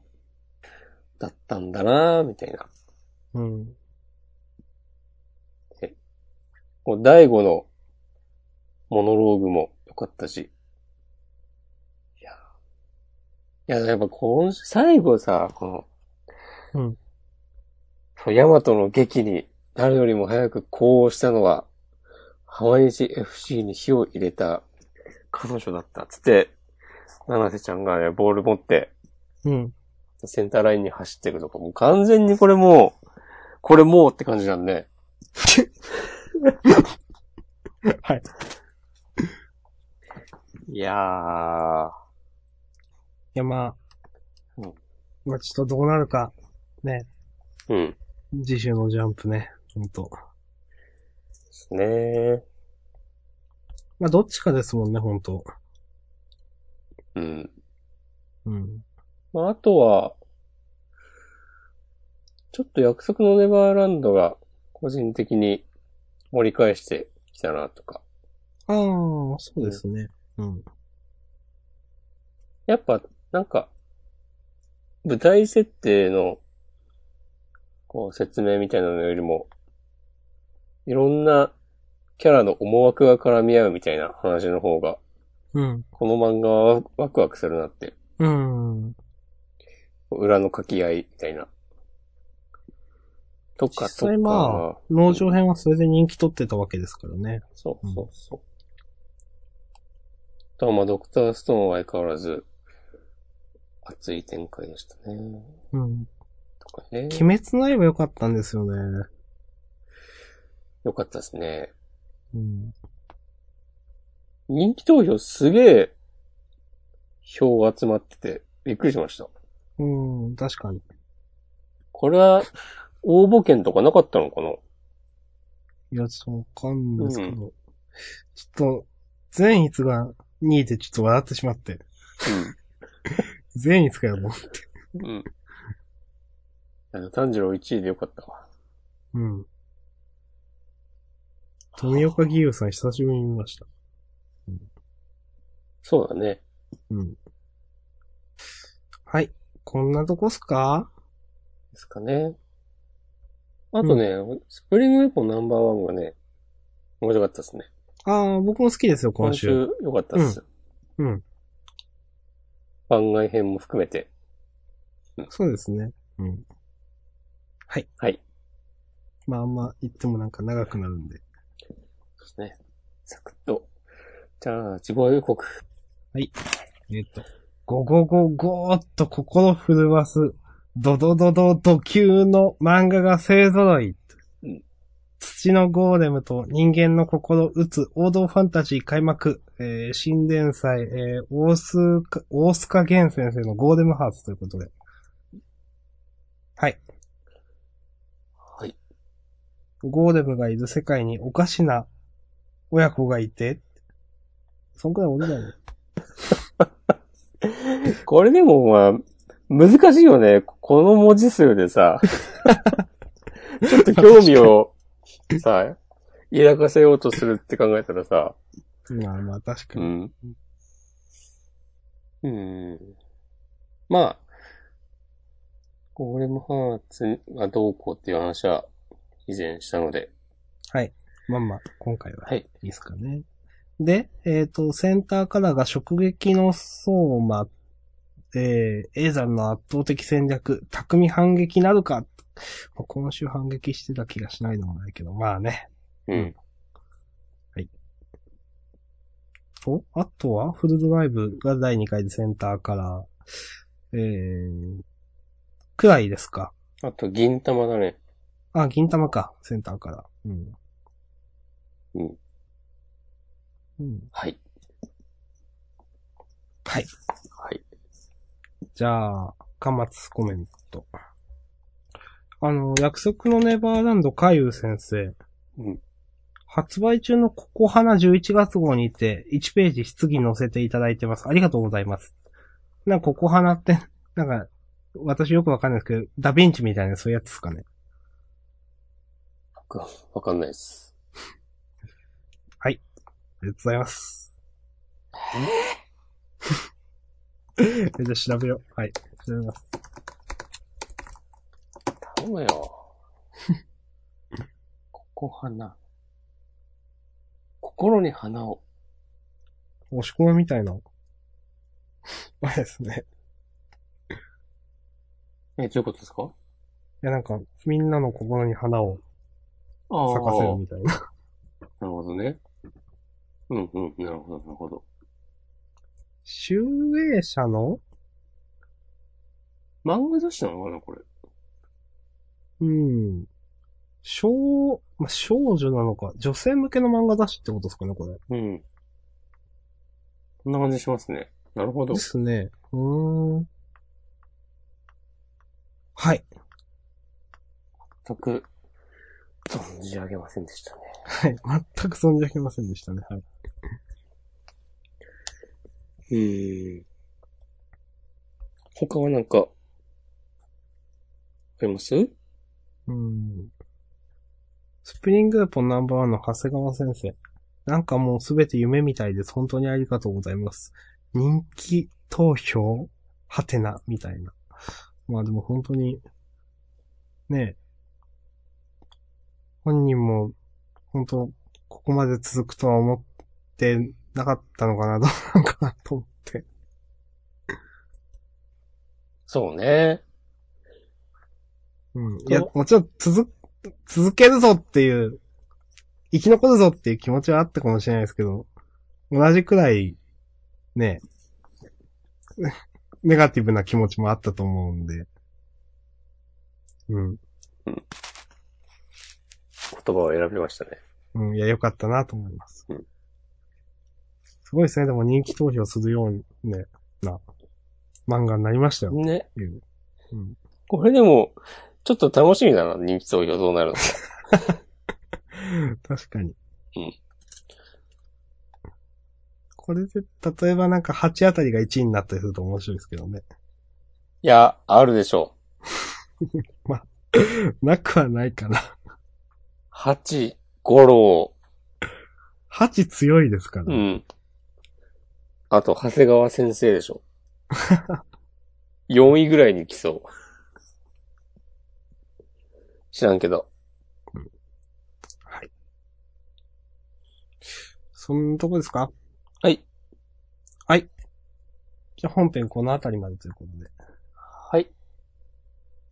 Speaker 2: だったんだなぁ、みたいな。
Speaker 1: うん。
Speaker 2: こう、第五のモノローグも良かったし。いや、いや、やっぱ今週、最後さ、この、
Speaker 1: うん
Speaker 2: そう。ヤマトの劇に誰よりも早く呼応したのは、浜西 FC に火を入れた彼女だった。つって、七瀬ちゃんがね、ボール持って、
Speaker 1: うん。
Speaker 2: センターラインに走ってるとか、もう完全にこれもう、これもうって感じなんで、
Speaker 1: はい。
Speaker 2: いやー。
Speaker 1: いや、まあ
Speaker 2: うん、
Speaker 1: まあちょっとどうなるか、ね、
Speaker 2: うん。
Speaker 1: 次週のジャンプね、ほんと。
Speaker 2: ですね
Speaker 1: まあどっちかですもんね、ほんと。
Speaker 2: うん。
Speaker 1: うん。
Speaker 2: まあ、あとは、ちょっと約束のネバーランドが個人的に盛り返してきたなとか。
Speaker 1: ああ、そうですね。うん。
Speaker 2: やっぱ、なんか、舞台設定の、こう、説明みたいなのよりも、いろんなキャラの思惑が絡み合うみたいな話の方が、
Speaker 1: うん。
Speaker 2: この漫画はワクワクするなって、
Speaker 1: うん。
Speaker 2: 裏の書き合いみたいな。とか、
Speaker 1: 実
Speaker 2: と
Speaker 1: 際
Speaker 2: か、
Speaker 1: ま農場編はそれで人気取ってたわけですからね。
Speaker 2: そうそうそう。あとはまあ、ドクターストーンは相変わらず、熱い展開でしたね。
Speaker 1: うん。
Speaker 2: とかね。
Speaker 1: 鬼滅の刃良かったんですよね。
Speaker 2: よかったですね。
Speaker 1: うん。
Speaker 2: 人気投票すげえ、票集まってて、びっくりしました。
Speaker 1: うん、確かに。
Speaker 2: これは、応募券とかなかったのかない
Speaker 1: や、ちょっとわかんないですけど。ちょっと、善逸が2位でちょっと笑ってしまって。善逸かよ、も
Speaker 2: うん。うん。あの、炭治郎1位でよかったわ。
Speaker 1: う。うん。富岡義勇さん久しぶりに見ました。
Speaker 2: そうだね。
Speaker 1: うん。はい。こんなとこっすか
Speaker 2: ですかね。あとね、スプリングウェポンナンバーワンがね、面白かったですね。
Speaker 1: ああ、僕も好きですよ、今
Speaker 2: 今
Speaker 1: 週。
Speaker 2: 週良かったっす。
Speaker 1: うんうん
Speaker 2: 番外編も含めて。
Speaker 1: そうですね。うん。はい。
Speaker 2: はい。
Speaker 1: まあ、あんま言ってもなんか長くなるんで。
Speaker 2: そうですね。サクッと。じゃあ、自己予告。
Speaker 1: えっと、ゴゴゴゴーっと心震わす、ドドドドド級の漫画が勢揃い。
Speaker 2: うん
Speaker 1: 土のゴーレムと人間の心打つ王道ファンタジー開幕、えー、新伝祭、えー、大須か、大須賀源先生のゴーレムハーツということで。はい。
Speaker 2: はい。
Speaker 1: ゴーレムがいる世界におかしな親子がいて、そんくらい俺だよ。
Speaker 2: これでも、まあ、難しいよね。この文字数で さ、ちょっと興味を、さ、抱かせようとするって考えたらさ、
Speaker 1: まあまあ確か
Speaker 2: う
Speaker 1: に。
Speaker 2: ん。うん。まあ、ゴーレムハーツがどうこうっていう話は以前したので、
Speaker 1: はい。まあまあ、今回は。。
Speaker 2: はいい。
Speaker 1: いですかね。で、えっ、と、センターからが直撃の相馬、えー、エーザルの圧倒的戦略、匠反撃なるか。まあ今週反撃してた気がしないでもないけど、まあね。
Speaker 2: うん。
Speaker 1: と、あとは、フルドライブが第2回でセンターから、えー、くらいですか。
Speaker 2: あと、銀玉だね。
Speaker 1: あ、銀玉か、センターから。うん。
Speaker 2: うん。
Speaker 1: うん。
Speaker 2: はい。
Speaker 1: はい。
Speaker 2: はい。
Speaker 1: じゃあ、かまつコメント。あの、約束のネバーランド、海遊先生。
Speaker 2: うん
Speaker 1: 発売中のここ花11月号にて、1ページ質疑載せていただいてます。ありがとうございます。なんか、ここ花って、 なんか、私よくわかんないですけど、ダヴィンチみたいなそういうやつですかね。
Speaker 2: わわかんないです。
Speaker 1: ありがとうございます。 じゃあ調べよう。はい。調べます。
Speaker 2: 頼むよ。ここ花。心に花を。
Speaker 1: 押し込むみたいな。 あれですね。
Speaker 2: え、どういうことですか
Speaker 1: いや、なんか、みんなの心に花を
Speaker 2: あ
Speaker 1: 咲かせるみたいな。
Speaker 2: なるほどね。うんうん、なるほど、なるほど。
Speaker 1: 集英社の
Speaker 2: 漫画雑誌なのかな、これ。
Speaker 1: うん。少、まあ、少女なのか、女性向けの漫画雑誌ってことですかね、これ。
Speaker 2: うん。こんな感じしますね。なるほど
Speaker 1: で。すね。うーん。はい。
Speaker 2: 全く、存じ上げませんでしたね。
Speaker 1: はい。全く存じ上げませんでしたね。はい。
Speaker 2: うん。他はなんか、あります
Speaker 1: うーん。スプリングーポンナンバーワンの長谷川先生。なんかもうすべて夢みたいです。本当にありがとうございます。人気投票はてな、みたいな。まあでも本当に、ねえ。本人も、本当ここまで続くとは思ってなかったのかな、どうなんかな、と思って。
Speaker 2: そうね。
Speaker 1: うん。いや、もちろん続、続けるぞっていう、生き残るぞっていう気持ちはあったかもしれないですけど、同じくらい、ね、 ネガティブな気持ちもあったと思うんで。うん。
Speaker 2: 言葉を選びましたね。
Speaker 1: うん、いや、良かったなと思います。
Speaker 2: うん
Speaker 1: すごいですね、でも人気投票するようね、な、漫画になりましたよ。
Speaker 2: ね。
Speaker 1: うんうん
Speaker 2: これでも、ちょっと楽しみだな、人気投票どうなるのか。
Speaker 1: 確かに。
Speaker 2: うん
Speaker 1: これで、例えばなんか8あたりが1位になったりすると面白いですけどね。
Speaker 2: いや、あるでしょ
Speaker 1: なくはないかな。
Speaker 2: う。八、五郎、
Speaker 1: 8強いですから。
Speaker 2: うん。あと、長谷川先生でし ょ。4位ぐらいに来そう。知らんけど。
Speaker 1: そんなとこですか
Speaker 2: はい。
Speaker 1: はい。じゃあ本編このあたりまでということで。
Speaker 2: はい。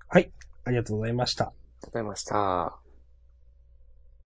Speaker 1: はい。ありがとうございました。
Speaker 2: 答えました。